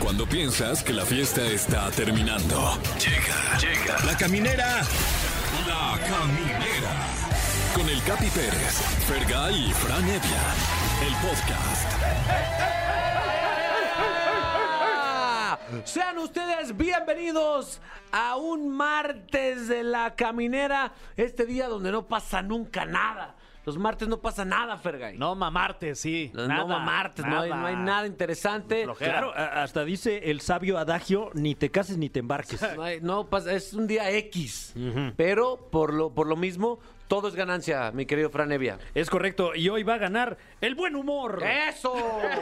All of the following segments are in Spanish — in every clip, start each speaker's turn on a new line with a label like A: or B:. A: Cuando piensas que la fiesta está terminando. Llega, llega. La caminera. La caminera. Con el Capi Pérez, Fergay y Fran Evia. El podcast.
B: Ah, Sean ustedes bienvenidos a un martes de la caminera, este día donde no pasa nunca nada. Los martes no pasa nada, Fergay.
C: No mamarte, sí.
B: No,
C: nada,
B: no martes, no hay, no hay nada interesante.
C: Claro, a- hasta dice el sabio adagio, ni te cases ni te embarques.
B: No, hay- no pasa, es un día X. Pero por lo, por lo mismo, todo es ganancia, mi querido Fran Evia.
C: Es correcto, y hoy va a ganar el buen humor.
B: ¡Eso!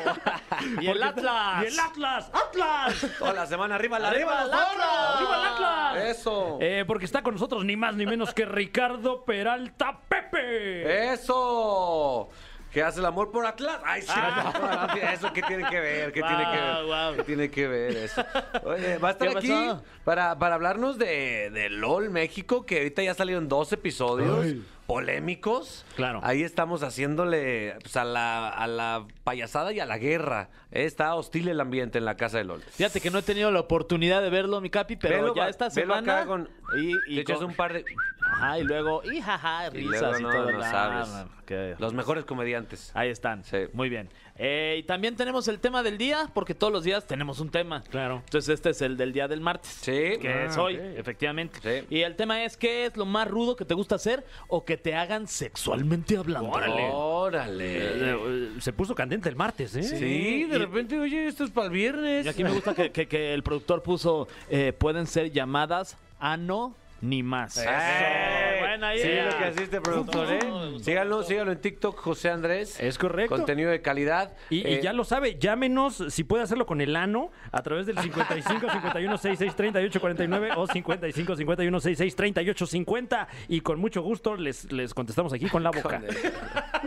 C: Y el Atlas. Y el Atlas. Atlas.
B: Toda la semana arriba, la
C: ¡Arriba
B: arriba,
C: el
B: los toros.
C: Atlas! ¡Viva el Atlas!
B: Eso.
C: Eh, porque está con nosotros ni más ni menos que Ricardo Peralta
B: Eh.
C: Pepe.
B: ¡Eso! Que hace el amor por Atlas. Ay, sí.
D: Ah.
B: Eso que tiene que ver, que tiene que ver.
C: Guau,
B: ¿Qué
C: guau.
B: tiene que ver eso? Oye, va a estar
C: ¿Qué
B: aquí
C: pasó?
B: para, para hablarnos de, de LOL México, que ahorita ya salieron dos episodios polémicos.
C: Claro.
B: Ahí estamos haciéndole pues, a, la, a la payasada y a la guerra. Eh, Está hostil el ambiente en la casa de LOL.
D: Fíjate que no he tenido la oportunidad de verlo, mi capi, pero
B: Velo,
D: ya
B: va-
D: esta
B: velo
D: semana.
B: acá con-
D: y, y
B: Te echas
D: con-
B: un par de...
D: Ajá, y luego, y jaja,
B: y
D: risas y,
B: luego no,
D: todo.
B: no
D: Ah,
B: sabes.
D: man, qué-
B: Los mejores comediantes.
D: Ahí están.
B: Sí.
D: Muy bien. Eh, y también tenemos el tema del día, porque todos los días tenemos un tema.
C: Claro.
D: Entonces, este es el del día del martes.
B: Sí. Ah,
D: Que es hoy, efectivamente.
B: Sí.
D: Y el tema es: ¿qué es lo más rudo que te gusta hacer o que te hagan sexualmente hablando?
C: Órale.
B: Órale.
C: Eh, eh, Se puso candente el martes, ¿eh?
B: Sí, de
D: y-
B: repente, oye, esto es para el viernes.
D: Y aquí me gusta que, que- que el productor puso: eh, pueden ser llamadas a no ni más.
B: ¡Eh!
C: Buena idea.
B: Sí, lo que asiste, productor, ¿eh? Síganlo, síganlo en TikTok, José Andrés.
C: Es correcto.
B: Contenido de calidad.
C: Y, y
B: Eh,
C: ya lo sabe, llámenos si puede hacerlo con el ano a través del 55 51 66 38 49 o 55 51 66 38 50 y con mucho gusto les, les contestamos aquí con la boca.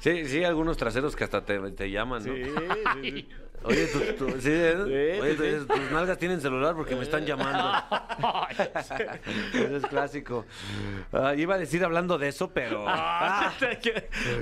B: Sí, sí, algunos traseros que hasta te, te llaman, ¿no? Oye, tu- tu- sí, ¿eh? Oye, tu- tus nalgas tienen celular porque me
C: Eh.
B: están llamando. Eso es clásico. Ah, iba a decir hablando de eso, pero...
C: Ah.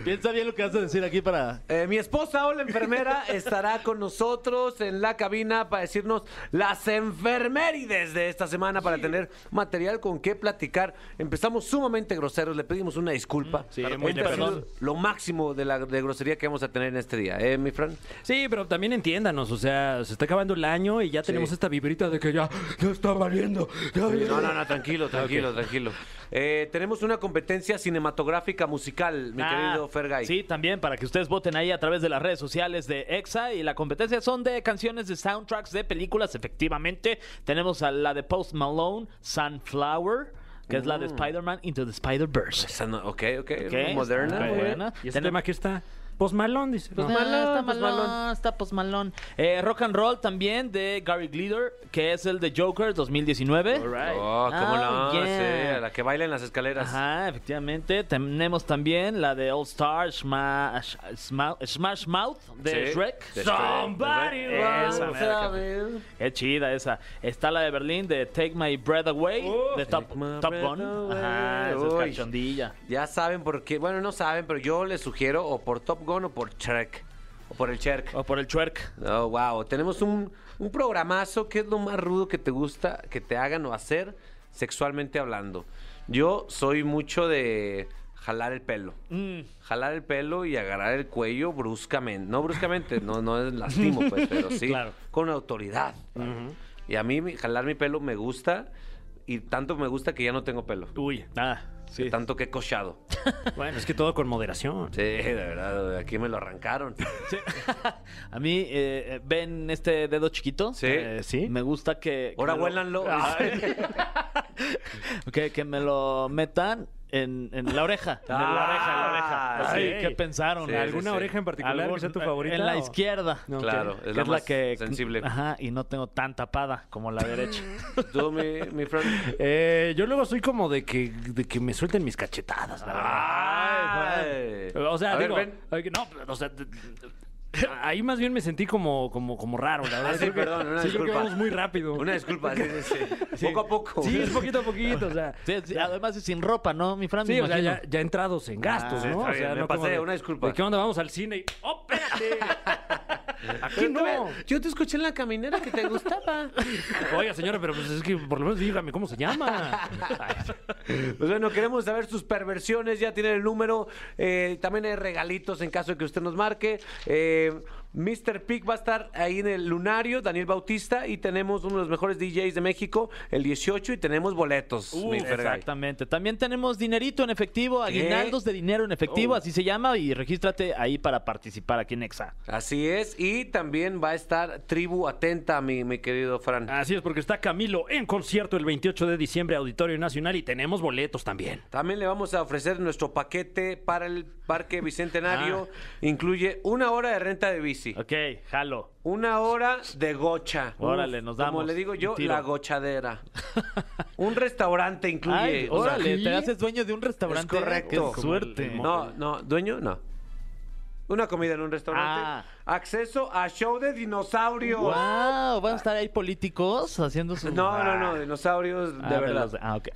D: Piensa bien lo que vas a decir aquí para.
B: Eh, mi esposa o la enfermera estará con nosotros en la cabina para decirnos las enfermerides de esta semana para tener material con qué platicar. Empezamos sumamente groseros, le pedimos una disculpa.
D: Mm.
C: Sí,
B: Pero
C: muy
B: este
C: de
B: ha sido
C: perdón.
B: Lo máximo de la de grosería que vamos a tener en este día, ¿eh, mi Fran?
C: Sí, pero también entiéndanos, o sea, se está acabando el año y ya tenemos esta vibrita de que ya, ya está valiendo. ya-
B: No, no, no, tranquilo, tranquilo, tranquilo. Eh, tenemos una competencia cinematográfica musical, mi
D: Ah,
B: querido Fergay.
D: Sí, también para que ustedes voten ahí a través de las redes sociales de EXA y la competencia son de canciones de soundtracks de películas, efectivamente. Tenemos a la de Post Malone, Sunflower, que es la de
B: Mm.
D: Spider-Man Into the Spider-Verse.
B: Esa no- ok, ok,
D: Ok,
B: moderna.
D: está
B: muy bien.
D: buena.
C: Y este tema que está, pues malón, dice.
D: Pues
C: ¿no? Ah,
D: nada,
B: Malone,
D: está
B: pues
D: malón,
B: Malone.
D: está pues malón. Eh, rock and Roll también de Gary Glitter, que es el de Joker 2019.
B: Oh, cómo
D: Ah,
B: no,
D: yeah.
B: sí, a la que baila en las escaleras.
D: Ajá, efectivamente. Tenemos también la de All Star Smash, Sma- Smash Mouth de
B: Sí,
D: Shrek.
B: de Shrek.
C: Somebody
D: Esa,
C: once
D: verga. Qué chida esa. Está la de Berlín de Take My Breath Away
C: Uh,
D: de Top,
B: Take My
D: Top
B: Breath
D: Gun.
B: Away.
D: Ajá, esa es
B: Uy.
D: cachondilla.
B: Ya saben por qué. Bueno, no saben, pero yo les sugiero o por Top Gun o por Shrek. O por el Shrek.
D: O por el Chuerk.
B: Oh, wow. Tenemos un, un programazo que es lo más rudo que te gusta que te hagan o hacer sexualmente hablando. Yo soy mucho de jalar el pelo.
D: Mm.
B: Jalar el pelo y agarrar el cuello bruscamente. No bruscamente, no, no es lastimo, pues, pero sí
C: Claro.
B: con autoridad. Y a mí mi- jalar mi pelo me gusta y tanto me gusta que ya no tengo pelo.
C: Uy,
D: Ah,
B: De
D: sí.
B: tanto que he cochado.
C: bueno, es que todo con moderación.
B: Sí, de verdad, aquí me lo arrancaron.
D: Sí. A mí, eh, ¿ven este dedo chiquito?
B: Sí.
C: Eh, sí.
D: Me gusta que... que
B: Ahora
D: me lo-
B: huélanlo.
D: que, que me lo metan en, en la oreja. En la oreja, en la oreja.
B: Ah,
D: Ay,
C: sí.
D: ¿qué pensaron?
B: Sí, sí,
C: ¿Alguna
B: sí.
C: oreja en particular
D: Algún-
C: que sea tu favorita?
D: En la
C: o-
D: izquierda.
C: No,
B: Claro,
C: ok.
B: es
D: que
B: la
D: es la
B: más
D: que...
B: sensible.
D: Ajá, y no tengo tan tapada como la derecha.
B: Tú, mi, mi Fran.
C: Eh, yo luego soy como de que, de que me suelten mis cachetadas, la
B: Ay,
C: verdad. O sea,
B: a ver,
C: digo,
B: ven.
C: ay, no, o sea, d- d- ahí más bien me sentí como, como, como raro, la verdad.
B: Ah, sí,
C: Creo que-
B: perdón, una
C: sí, creo que
B: disculpa.
C: vamos muy rápido.
B: Una disculpa. sí, sí, sí. Poco a poco.
C: Sí, es poquito a poquito, o sea.
D: Sí, sí, además es sin ropa, ¿no, mi Fran? Me
C: Sí, o sea,
D: imagino.
C: ya, ya entrados en gastos,
B: Ah,
C: ¿no?
B: está
C: O sea,
B: bien, me
C: no como
B: pasé,
C: de-
B: una disculpa.
C: de ¿Qué onda? Vamos al cine y... ¡Oh, espérate! Aquí no.
B: Yo te escuché en la caminera que te gustaba.
C: Oiga, señora, pero pues es que por lo menos dígame cómo se llama.
B: Pues bueno, queremos saber sus perversiones, ya tienen el número. eh, también hay regalitos en caso de que usted nos marque. Eh, Mr. Pig va a estar ahí en el Lunario, Daniel Bautista, y tenemos uno de los mejores DJs de México, el 18, y tenemos boletos.
D: Uh,
B: mi Fergay.
D: exactamente. También tenemos dinerito en efectivo, aguinaldos de dinero en efectivo,
B: Oh.
D: así se llama, y regístrate ahí para participar aquí en Exa.
B: Así es, y también va a estar Tribu Atenta, mi, mi querido Fran.
D: Ah.
C: Así es, porque está Camilo en concierto el 28 de diciembre, Auditorio Nacional, y tenemos boletos también.
B: También le vamos a ofrecer nuestro paquete para el Parque Bicentenario. Incluye una hora de renta de bici,
D: Ah. Ok, jalo.
B: una hora de gocha.
D: Órale, nos
B: Como
D: damos
B: le digo
D: un
B: yo,
D: tiro.
B: la gochadera. un restaurante incluye.
D: Ay,
B: o sea,
D: órale,
C: ¿sí?
D: te haces dueño de un restaurante.
B: Es correcto.
D: Qué
C: Como
D: suerte.
C: el-
B: no, no, dueño, no. Una comida en un restaurante.
D: Ah.
B: Acceso a show de dinosaurios.
D: Wow, van a estar ahí políticos haciendo su.
B: No, no, no, dinosaurios
D: Ah,
B: de verdad.
D: los de- Ah, ok.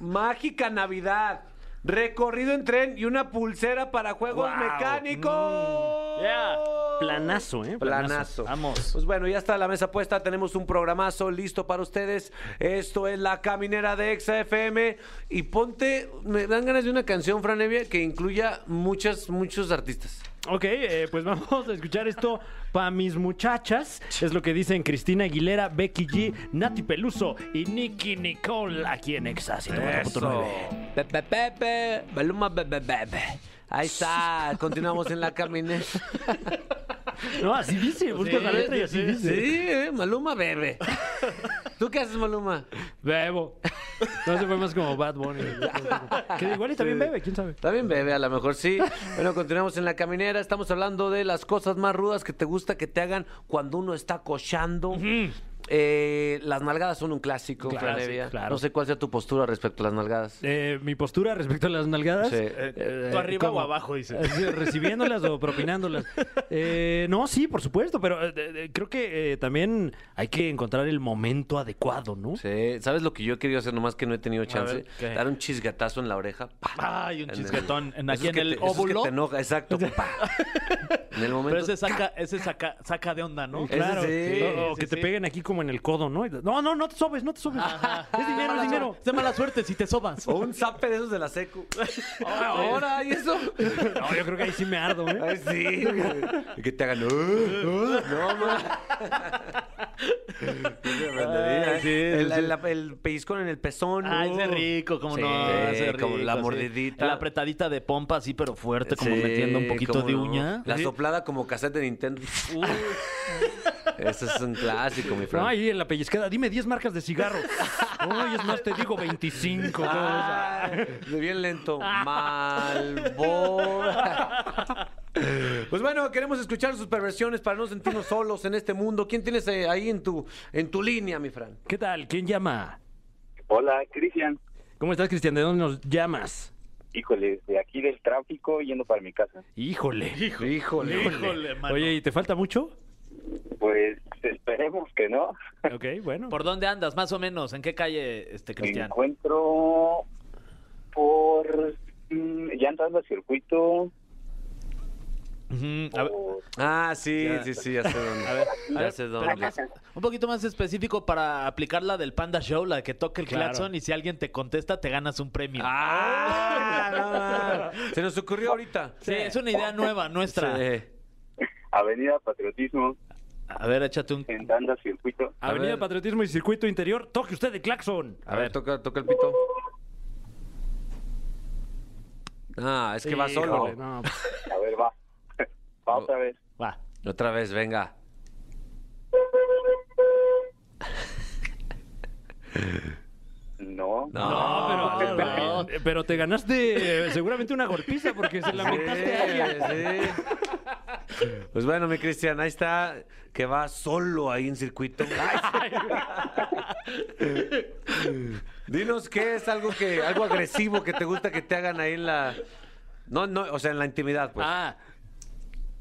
B: Mágica Navidad. Recorrido en tren y una pulsera para juegos
C: Wow.
B: mecánicos.
D: Mm. Yeah.
C: Planazo, ¿eh?
B: Planazo.
D: Vamos.
B: Pues bueno, ya está la mesa puesta. Tenemos un programazo listo para ustedes. Esto es La Caminera de Exa FM. Y ponte, me dan ganas de una canción, Franevia, que incluya muchas, muchos artistas.
C: Ok, eh, pues vamos a escuchar esto para mis muchachas. Es lo que dicen Cristina Aguilera, Becky G, Nati Peluso y Nicky Nicole aquí en Exa. 104.9.
B: Pepe, Pepe, Baluma, Bebe, Bebe. Ahí está, continuamos en la caminera.
C: No, así dice, buscas la letra y así dice.
B: Sí, eh, Maluma, bebe. ¿Tú qué haces, Maluma?
C: Bebo. No se fue más como Bad Bunny. que igual y también bebe, quién sabe.
B: También bebe, a lo mejor sí. Bueno, continuamos en la caminera. Estamos hablando de las cosas más rudas que te gusta que te hagan cuando uno está cochando. Eh, las nalgadas son un clásico,
C: Claro,
B: Fran
C: sí,
B: Evia.
C: claro.
B: No sé cuál sea tu postura respecto a las nalgadas.
C: Eh, mi postura respecto a las nalgadas.
B: Sí.
C: eh,
D: ¿Tú arriba
C: ¿cómo?
D: o abajo, dices?
C: Eh, sí, ¿Recibiéndolas o propinándolas? Eh, no, sí, por supuesto, pero eh, eh, creo que eh, también hay que encontrar el momento adecuado, ¿no?
B: Sí, ¿sabes lo que yo he querido hacer nomás que no he tenido chance?
D: ver, ¿qué?
B: Dar un chisgatazo en la oreja. pa.
D: Ay,
B: En
D: un
B: el-
D: chisguetón. En, aquí
B: Esos
D: en
B: que
D: el
B: te- esos que
D: óvulo.
B: te enoja, exacto. pa. En el momento.
D: Pero ese saca, ese saca, saca de onda, ¿no?
B: Ese Claro. sí.
C: O, o
D: Sí,
C: que
D: sí,
C: te
D: sí.
C: peguen aquí como en el codo, ¿no? Y- No, no, no te sobes, no te sobes. Es dinero, es dinero.
D: Es de mala suerte si te sobas.
B: O un zape de esos de la secu. Ahora, ¿y eso?
C: No, yo creo que ahí sí me ardo, ¿eh?
B: Ay, sí. güey. que te hagan. "Uh, uh", no, man.
D: Ay, sí,
B: el,
D: sí.
B: el- el pellizcón en el pezón.
D: Ay,
B: uh.
D: ese rico, como
B: Sí,
D: no. ese
B: como la
D: rico, sí.
B: mordidita.
D: La apretadita de pompa, así, pero fuerte, como
B: Sí,
D: metiendo un poquito
B: cómo
D: de
B: no.
D: uña.
B: La
D: Sí.
B: soplada como cassette de Nintendo. Eso es un clásico, mi
C: No,
B: Fran.
C: ahí en la pellizcada, dime 10 marcas de cigarro. Ay, es más, te digo 25.
B: Ah.
C: cosas.
B: Ay, bien lento. Malbora. Pues bueno, queremos escuchar sus perversiones para no sentirnos solos en este mundo. ¿Quién tienes eh, ahí en tu, en tu línea, mi Fran?
C: ¿Qué tal? ¿Quién llama?
E: Hola, Cristian.
C: ¿Cómo estás, Cristian? ¿De dónde nos llamas?
E: Híjole, de aquí del tráfico yendo para mi casa.
C: Híjole.
B: Híjole.
D: Híjole, mano.
C: Oye, ¿y te falta mucho?
E: Pues esperemos que no.
C: Ok, bueno.
D: ¿Por dónde andas, más o menos? ¿En qué calle, este,
E: Me
D: Cristian?
E: encuentro por... mm, Ya entrando al circuito.
D: Ujú, a ver,
E: por-
B: Ah, sí, sí, sí, ya sé dónde. ya
D: a ver,
B: sé
D: pero
B: dónde.
D: más- un poquito más específico para aplicar la del Panda Show, la de que toque el
C: Claro.
D: claxon y si alguien te contesta, te ganas un premio.
B: Ah, no, no. Se nos ocurrió ahorita.
D: sí, es una idea nueva nuestra.
B: Sí.
E: Avenida Patriotismo,
D: A ver, échate un...
E: entrando al circuito.
C: Avenida
B: ver.
C: Patriotismo y Circuito Interior, toque usted de claxon.
B: A ver, toca, toca el pito. Ah, es que va solo.
C: Híjole, no, pues,
E: A ver, va. Va otra vez.
D: Va.
B: Otra vez, venga.
E: No.
B: No,
C: no, pero,
B: vale,
C: pero-
B: vale.
C: eh, pero te ganaste eh, seguramente una golpiza porque se lamentaste a alguien.
B: Sí, sí. Pues bueno, mi Cristian, ahí está, que va solo ahí en circuito. Dinos qué es algo que, algo agresivo que te gusta que te hagan ahí en la. No, no, o sea, en la intimidad, pues.
D: Ah,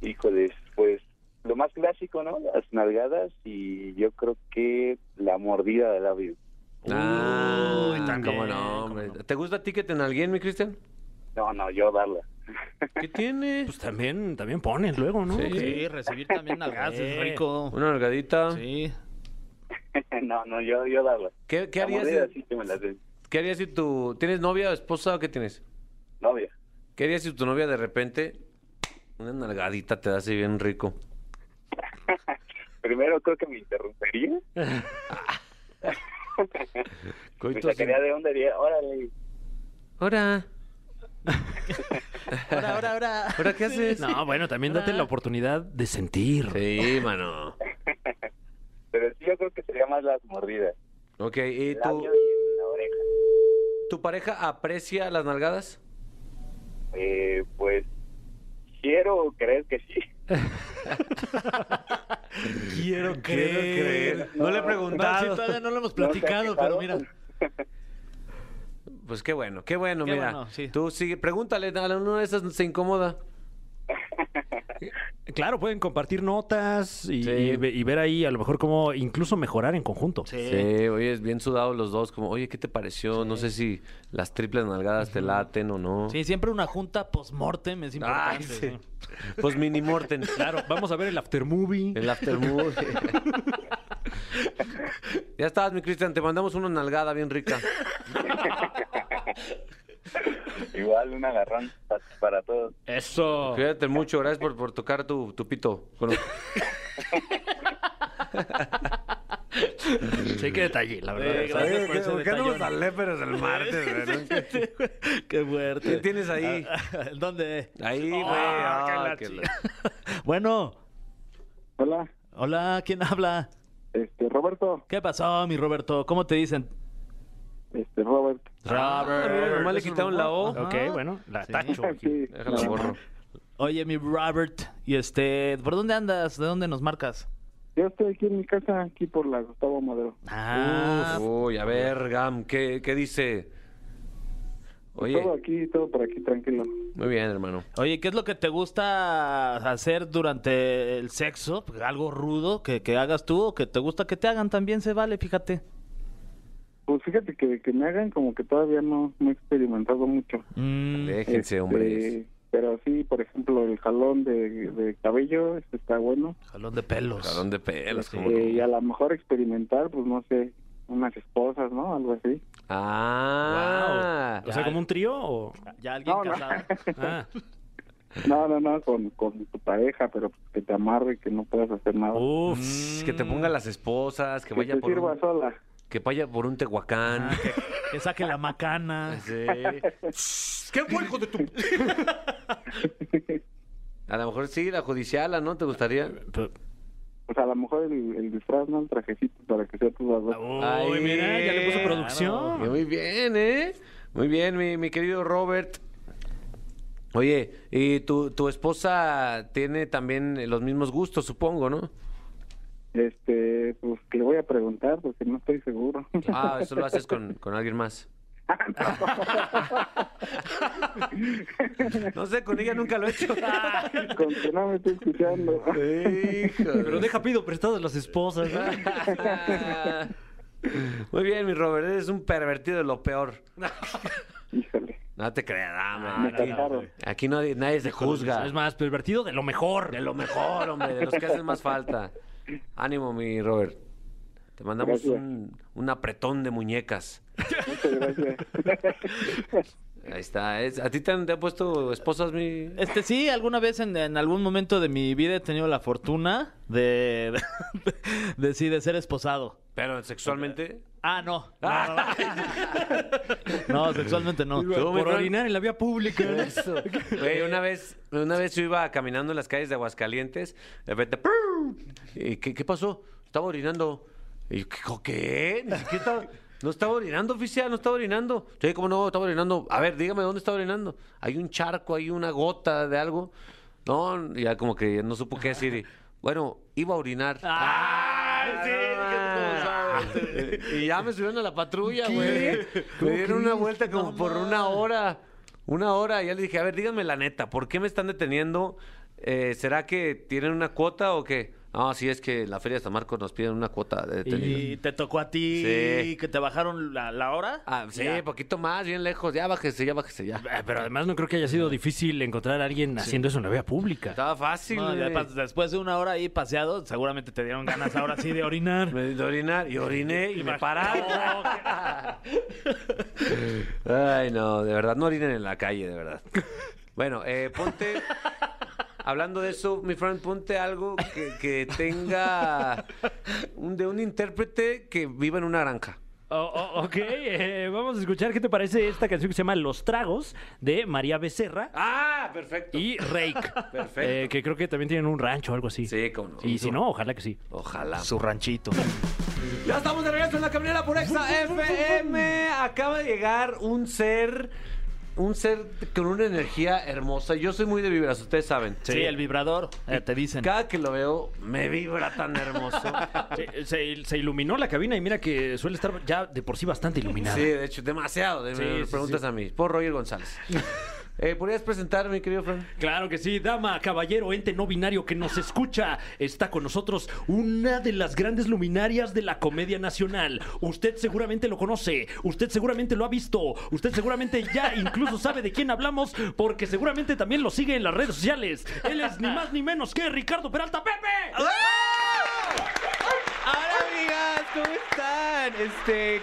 E: Híjoles, pues lo más clásico, ¿no? Las nalgadas y yo creo que la mordida del labio.
B: Ah,
D: Uy, también,
B: cómo no,
D: cómo
B: hombre.
D: no.
B: ¿Te gusta a ti que te alguien, mi Cristian?
E: No, no, yo darla.
B: ¿Qué tiene?
C: Pues también, también pones luego, ¿no?
B: Sí.
D: Sí, recibir también nalgas es
C: Eh.
D: rico.
B: Una nalgadita.
D: Sí.
E: no, no, yo, yo darla.
B: ¿Qué, qué
E: La
B: harías,
E: mordida
B: si-
E: sí que me la den.
B: ¿Qué harías si tu... ¿Tienes novia o esposa o qué tienes?
E: Novia.
B: ¿Qué harías si tu novia de repente una nalgadita te da así bien rico?
E: Primero creo que me interrumpería. Me
B: Coito
E: sacaría de onda y diría, órale,
B: Ahora,
D: Ahora, ahora, ahora.
B: ¿ahora qué haces?
C: No, bueno, también date la oportunidad de sentir.
B: Sí, mano.
E: Pero sí, yo creo que sería más las mordidas.
B: Ok, ¿y tu,
E: Labio y en la oreja.
B: tu pareja aprecia las nalgadas?
E: Eh, pues quiero creer que sí.
D: Quiero
B: creer. No le he preguntado.
D: No, sí, todavía no lo hemos
E: No se ha
D: platicado, pero
E: quejado.
D: mira.
B: Pues qué bueno, qué bueno,
D: Qué
B: mira.
D: bueno, sí.
B: Tú sigue, pregúntale, a la una de esas se incomoda.
C: Claro, pueden compartir notas y,
B: Sí.
C: y ve- y ver ahí a lo mejor cómo incluso mejorar en conjunto.
D: Sí.
B: Sí, oye, es bien sudados los dos, como, oye, ¿qué te pareció? No sé si las triples nalgadas te laten o no.
D: Sí, siempre una junta post-mortem es
B: Ay,
D: importante.
B: sí. Pues mini morten.
C: Claro, vamos a ver el after movie.
B: El aftermood. ya estabas, mi Cristian, te mandamos una nalgada bien rica.
E: Igual un agarrón pa- para todos.
C: Eso.
B: Cuídate mucho, gracias por, por tocar tu, tu pito. Con-
C: Sí, qué detalle, la verdad.
D: Sí, gracias por ese detallón.
B: léperos el martes?
D: Qué fuerte. Ah,
B: ¿Qué tienes ahí?
D: ¿Dónde?
B: Ahí, güey.
D: Ah, qué
B: ah,
D: la
B: qué la-
D: chi- bueno,
E: Hola,
D: hola, ¿quién habla?
E: este Roberto,
D: ¿Qué pasó, mi Roberto? ¿Cómo te dicen?
E: este Robert.
B: Ah, mira, nomás le quitaron la O.
C: Ok,
D: Ajá.
C: bueno, la
D: Sí.
C: tacho. aquí.
E: Ah, Sí,
B: Déjala
E: no,
B: borro.
D: Oye, mi Robert, y este, ¿por dónde andas? ¿De dónde nos marcas?
E: Yo estoy aquí en mi casa, aquí por la Gustavo Madero.
D: Ah,
B: Uy, a ver, Gam, ¿qué, qué dice?
E: Todo
B: Oye,
E: aquí, todo por aquí, tranquilo.
B: muy bien, hermano.
D: oye, ¿qué es lo que te gusta hacer durante el sexo? Pues Algo rudo que, que hagas tú o que te gusta que te hagan también se vale, fíjate.
E: Pues fíjate que, que me hagan como que todavía no, no he experimentado mucho.
D: Mm,
B: Déjense,
E: Este,
B: hombres.
E: Pero sí, por ejemplo, el jalón de, de cabello este está bueno.
D: jalón de pelos.
B: Jalón de pelos,
D: este,
B: como.
E: Eh, y a lo mejor experimentar, pues no sé, unas esposas, ¿no? Algo así.
B: Ah,
C: O sea, como un trío o.
D: Ya alguien
E: No, no.
D: casado.
C: Ah.
E: No, no, no, con, con tu pareja, pero pues, que te amarre, que no puedas hacer nada.
C: Uf.
B: Pss,
D: mm.
B: que te ponga las esposas, que
E: que
B: vaya
E: te
B: por
E: sirva
B: un,
E: sola.
B: que vaya por un tehuacán.
C: Ah,
D: Que saque la macana.
B: ¡Qué buen hijo de tu! A lo mejor sí, la judicial, ¿a ¿no? ¿Te gustaría?
E: Pues a lo mejor el, el disfraz, ¿no? El trajecito para que sea tu barba.
C: Uy,
B: Ay,
C: mira, ya le puso
B: claro.
C: producción.
B: Muy bien, ¿eh? Muy bien, mi, mi querido Robert. Oye, y tu, tu esposa tiene también los mismos gustos, supongo, ¿no?
E: Este, pues que le voy a preguntar porque no estoy seguro.
B: Ah, eso lo haces con, con alguien más.
E: Ah,
B: No sé, con ella nunca lo he hecho.
E: con que no me estoy escuchando.
C: Pero deja pido prestadas las esposas. ¿no?
B: Muy bien, mi Robert, eres un pervertido de lo peor.
E: Híjole.
B: No te creas, dama.
E: Me
B: aquí,
E: cacharon.
B: aquí nadie, nadie se juzga.
C: Es más, pervertido de lo mejor.
B: De lo mejor, hombre, de los que hacen más falta. Ánimo, mi Robert. Te mandamos
E: Gracias.
B: un, un apretón de muñecas.
E: Muchas gracias.
B: Ahí está. Es- ¿A ti te han, te han puesto esposas, mi...?
D: Este sí, alguna vez en, en algún momento de mi vida he tenido la fortuna de, de, de- sí, de ser esposado.
B: Pero sexualmente...
D: Ah, no. No, no, no. No, sexualmente no.
B: Tú, mi
C: Por
B: Fran.
C: orinar en la vía pública.
B: Eso. Güey, una vez, una vez yo iba caminando en las calles de Aguascalientes, de repente, ¡prum! ¿Y ¿qué, qué pasó? Estaba orinando. Y yo, ¿qué? ¿Qué? Ni siquiera estaba- No estaba orinando, oficial, no estaba orinando. Sí, ¿cómo no? Estaba orinando. A ver, dígame dónde estaba orinando. Hay un charco, hay una gota de algo. No, ya como que no supo qué decir. y, bueno, iba a orinar.
D: Ah, sí,
B: Ah,
D: es que tú como sabes.
B: y ya me subieron a la patrulla, güey. Me dieron una vuelta como por una hora. Una hora. Y ya le dije, a ver, díganme la neta, ¿por qué me están deteniendo? Eh, ¿Será que tienen una cuota o qué? No, sí, es que en la Feria de San Marcos nos piden una cuota de tenis.
D: Y te tocó a ti
B: Sí.
D: que te bajaron la, la hora.
B: Ah, sí,
D: Ya.
B: poquito más, bien lejos. Ya bájese, ya bájese, ya.
C: Ah, Pero además no creo que haya sido difícil encontrar a alguien haciendo eso en la vía pública.
B: Estaba fácil.
D: No, y
B: güey.
D: además, después de una hora ahí paseado, seguramente te dieron ganas ahora sí de orinar.
B: Me di de orinar y oriné y me
D: Imagínate.
B: pararon. Ay, no, de verdad, no orinen en la calle, de verdad. Bueno, eh, ponte. Hablando de eso, mi friend, ponte algo que, que tenga un, de un intérprete que viva en una granja.
C: Oh, oh, ok, eh, vamos a escuchar qué te parece esta canción que se llama Los Tragos de María Becerra
B: ¡Ah! Perfecto.
C: y Rake.
B: Perfecto.
C: eh, que creo que también tienen un rancho o algo así.
B: Sí, cómo no.
C: Y si no, ojalá que sí.
B: Ojalá.
D: Su ranchito.
B: Ya estamos de regreso en la caminera por Exa FM. Acaba de llegar un ser. Un ser con una energía hermosa. Yo soy muy de vibras, ustedes saben.
D: Sí, el vibrador, eh, te dicen.
B: Cada que lo veo, me vibra tan hermoso.
C: Se, se- se iluminó la cabina y mira que suele estar ya de por sí bastante iluminada.
B: Sí, de hecho, demasiado. de-
C: Sí,
B: me
C: sí,
B: preguntas
C: sí.
B: a mí. Por Roger González. Eh, ¿Podrías presentar, mi querido Fran?
C: Claro que sí, dama, caballero, ente no binario que nos escucha. Está con nosotros una de las grandes luminarias de la comedia nacional. Usted seguramente lo conoce, usted seguramente lo ha visto, usted seguramente ya incluso sabe de quién hablamos porque seguramente también lo sigue en las redes sociales. Él es ni más ni menos que Ricardo Peralta Pepe.
F: Hola amigas, ¿cómo están? Este,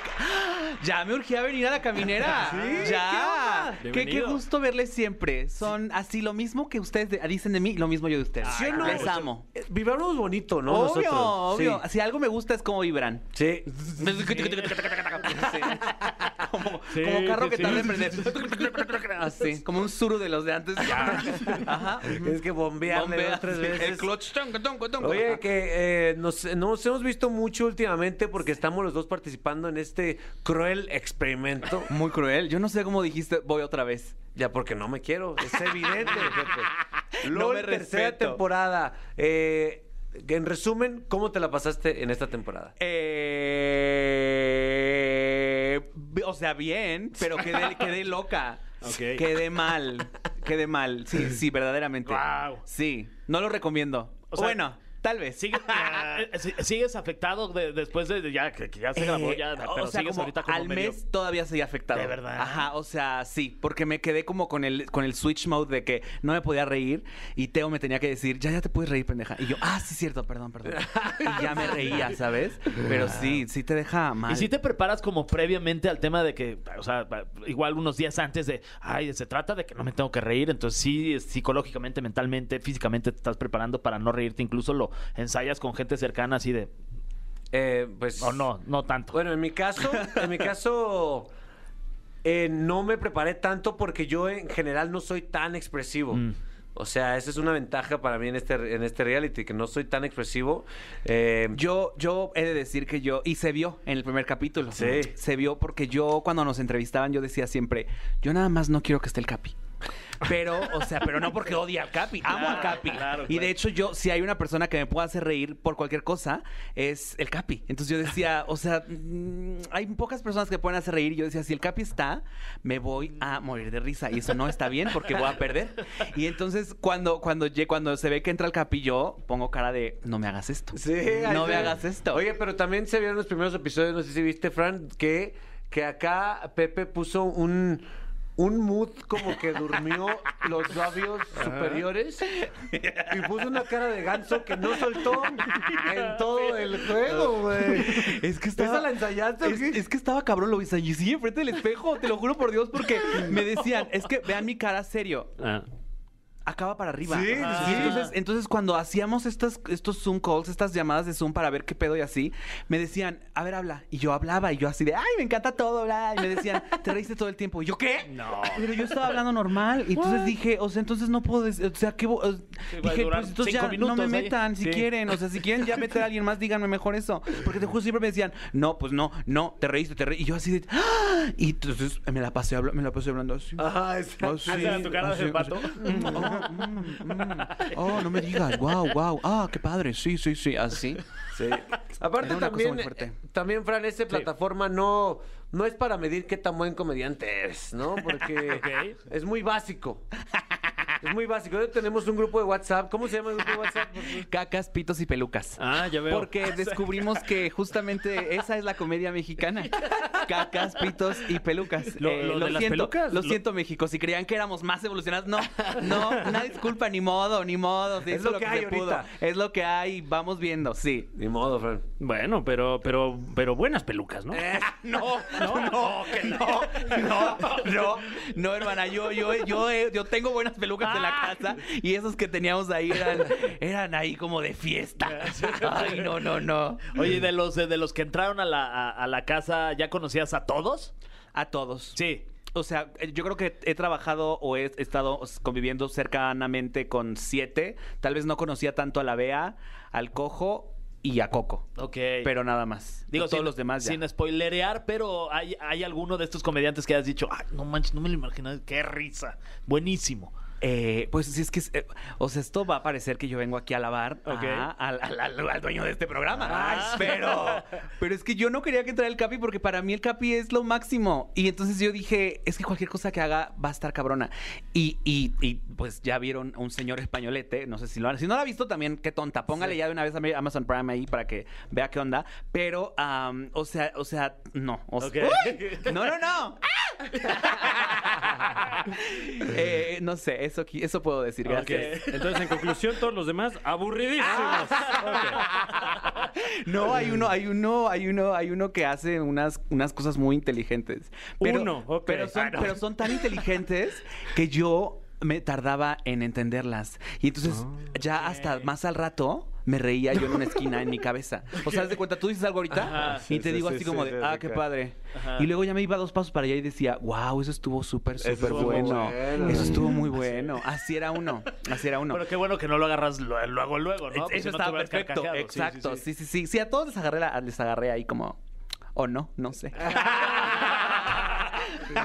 F: ya me urgía venir a la caminera. ya.
C: ¿qué onda?
F: Qué, qué
C: Bienvenido.
F: gusto verles siempre. Son así lo mismo que ustedes de- dicen de mí, lo mismo yo de ustedes.
B: ¿Sí o no?
F: Les amo.
B: Eh, Vibramos bonito, ¿no?
F: obvio,
B: Nosotros.
F: obvio. Si algo me gusta es cómo vibran.
B: Sí. Sí.
F: Como,
D: Sí,
F: como carro
D: sí,
F: que
D: sí.
F: tarda en prender. Así, como un suru de los de antes. Ajá.
B: Tienes que bombearle
F: Bombea,
B: dos, tres
F: sí,
B: veces.
F: El clutch. Tongo, tongo, tongo.
B: Oye, que eh, nos, nos hemos visto mucho últimamente porque estamos los dos participando en este cruel experimento.
F: Muy cruel. Yo no sé cómo dijiste, voy otra vez.
B: Ya porque no me quiero, es evidente. jefe.
F: No
B: LOL,
F: me
B: tercera
F: respeto.
B: temporada. Eh, en resumen, ¿cómo te la pasaste en esta temporada?
F: Eh, o sea, bien, pero quedé, quedé loca.
C: Ok.
F: Quedé mal. Quedé mal. Sí, sí, verdaderamente.
D: Guau.
F: Sí, no lo recomiendo.
D: O sea,
F: bueno, tal vez.
D: ¿Sigues, ah, si- sigues afectado de- después de de ya que, que ya Pues se grabó
F: Eh,
D: ya, pero
F: o sea,
D: sigues
F: como
D: ahorita como
F: al
D: medio-
F: mes todavía seguía afectado.
D: ¿De verdad?
F: Ajá, o sea, sí, porque me quedé como con el, con el switch mode de que no me podía reír y Teo me tenía que decir, ya, ya te puedes reír, pendeja. Y yo, ah, sí, cierto, perdón, perdón. Y ya me reía, ¿sabes? Pero sí, sí te deja mal.
D: Y si te preparas como previamente al tema de que, o sea, pa- igual unos días antes de, ay, se trata de que no me tengo que reír, entonces sí, es- psicológicamente, mentalmente, físicamente te estás preparando para no reírte, incluso lo ensayas con gente cercana así de,
B: Eh, pues.
D: o oh, no, no tanto.
B: Bueno, en mi caso, en mi caso, eh, no me preparé tanto porque yo en general no soy tan expresivo. O sea, esa es una ventaja para mí en este, en este reality, que no soy tan expresivo. Eh,
F: Yo, yo he de decir que yo, y se vio en el primer capítulo.
B: Sí.
F: Se vio porque yo, cuando nos entrevistaban, yo decía siempre, yo nada más no quiero que esté el Capi. Pero, o sea, pero no porque odie al Capi, amo al Capi.
D: claro,
F: y
D: claro.
F: de hecho, yo, si hay una persona que me pueda hacer reír por cualquier cosa, es el Capi. Entonces yo decía, o sea, mm, hay pocas personas que pueden hacer reír. Y yo decía, si el Capi está, me voy a morir de risa. Y eso no está bien porque voy a perder. Y entonces, cuando, cuando, lle- cuando se ve que entra el Capi, yo pongo cara de, no me hagas esto.
B: Sí, ahí
F: No me
B: se-
F: hagas esto.
B: Oye, pero también se vieron los primeros episodios, no sé si viste, Fran, que, que acá Pepe puso un, un mood como que durmió los labios superiores y puso una cara de ganso que no soltó en todo el juego, güey.
F: Es que
B: ¿Esa
F: estaba.
B: la ensayaste o
F: Es,
B: qué?
F: es que estaba cabrón, lo ensayé sí, enfrente del espejo, te lo juro por Dios, porque me decían, es que vean mi cara serio,
C: Ah.
F: acaba para arriba.
B: Sí,
F: Y
B: sí.
F: Entonces, entonces cuando hacíamos estas, estos Zoom calls, estas llamadas de Zoom para ver qué pedo y así, me decían, a ver, habla. Y yo hablaba, y yo así de, ay, me encanta todo, bla. Y me decían, te reíste todo el tiempo. Y yo, ¿qué?
C: No.
F: Pero yo estaba hablando normal. Y entonces dije, o sea, entonces no puedo decir, o sea, ¿qué? bo- o-
D: va a
F: dije,
D: durar
F: pues entonces
D: cinco
F: ya no me
D: minutos ahí.
F: metan si
D: Sí.
F: quieren. O sea, si quieren ya meter a alguien más, díganme mejor eso. Porque te juro, siempre me decían, no, pues no, no, te reíste, te reíste. Y yo así de, ¡ah! Y entonces me la pasé, habla- me la pasé hablando así.
B: Ajá, exacto.
F: Así,
D: Esa era tu cara
F: así,
D: de pato.
F: así. Mm, Oh, mm, mm. Oh, no me digas. Wow, wow. Ah, qué padre. Sí, sí, sí. Así.
B: Sí. Aparte
F: Era una cosa
B: también,
F: muy fuerte.
B: eh, también Fran, esta plataforma no, no es para medir qué tan buen comediante eres, ¿no? Porque
C: Ok.
B: es muy básico. Es muy básico. Ahora tenemos un grupo de WhatsApp. ¿Cómo se llama el grupo de WhatsApp?
F: Cacas, pitos y pelucas.
C: Ah, ya veo.
F: Porque descubrimos que justamente esa es la comedia mexicana. Cacas, pitos y pelucas.
C: Lo- lo de las
F: siento,
C: pelucas,
F: Lo
C: lo-
F: siento, México. Si creían que éramos más evolucionados, no, no, una disculpa, ni modo, ni modo. Se
B: Es
F: hizo
B: lo que hay
F: se pudo.
B: ahorita.
F: Es lo que hay, vamos viendo, sí.
B: Ni modo, Fran.
C: Bueno, pero, pero, pero buenas pelucas, ¿no?
F: No, no, no, no, no, no, no, hermana, yo, yo, yo, eh, yo tengo buenas pelucas en la casa y esos que teníamos ahí eran, eran ahí como de fiesta. Ay, no, no, no.
D: Oye, ¿y de los, de, de los que entraron a la, a- a la casa, ¿ya conocías a todos?
F: A todos.
D: Sí.
F: O sea, eh, yo creo que he trabajado o he estado conviviendo cercanamente con siete. Tal vez no conocía tanto a la Bea, al Cojo y a Coco.
D: Ok.
F: Pero nada más.
D: Digo,
F: todos
D: sin-
F: los demás ya.
D: Sin spoilerear, pero hay, hay alguno de estos comediantes que has dicho, "Ay, no manches, no me lo imaginé, qué risa. Buenísimo.
F: Eh, pues sí, es que. es- eh, o sea, esto va a parecer que yo vengo aquí a alabar
D: Ok.
F: ah, al, al- al- al dueño de este programa. pero, pero es que yo no quería que entrara el Capi porque para mí el Capi es lo máximo. Y entonces yo dije, es que cualquier cosa que haga va a estar cabrona. Y, y- y, pues ya vieron un señor españolete, no sé si lo han. Si no lo ha visto también, qué tonta. Póngale ya de una vez a mi Amazon Prime ahí para que vea qué onda. Pero, am, o sea, o sea, no. O sea,
D: Ok.
F: ¡Uy! No, no, no. ¡Ah! Eh, no sé, eso, qui- eso puedo decir,
C: Ok.
F: gracias.
C: Entonces, en conclusión, todos los demás aburridísimos. Ah.
F: No, hay uno, hay uno, hay uno, hay uno que hace unas, unas cosas muy inteligentes. Pero,
C: Uno, ok.
F: pero, son,
C: Ah, no.
F: pero son tan inteligentes que yo me tardaba en entenderlas. Y entonces, ya hasta más al rato. Me reía yo en una esquina en mi cabeza. O sea, haz de cuenta, tú dices algo ahorita y te digo así como de, ah, qué padre. Y luego ya me iba dos pasos para allá y decía, wow, eso estuvo súper, súper
B: estuvo
F: bueno.
B: bueno.
F: Eso estuvo muy bueno. Así era uno. Así era uno.
D: Pero qué bueno que no lo agarras lo- luego, luego, ¿no?
F: Es-
D: Porque
F: Eso
D: si no te
F: estaba
D: hubieras
F: perfecto.
D: carcajeado. Sí, sí,
F: Exacto.
D: sí.
F: Sí sí, sí, sí. a todos les agarré, la- les agarré ahí como. O no, no sé.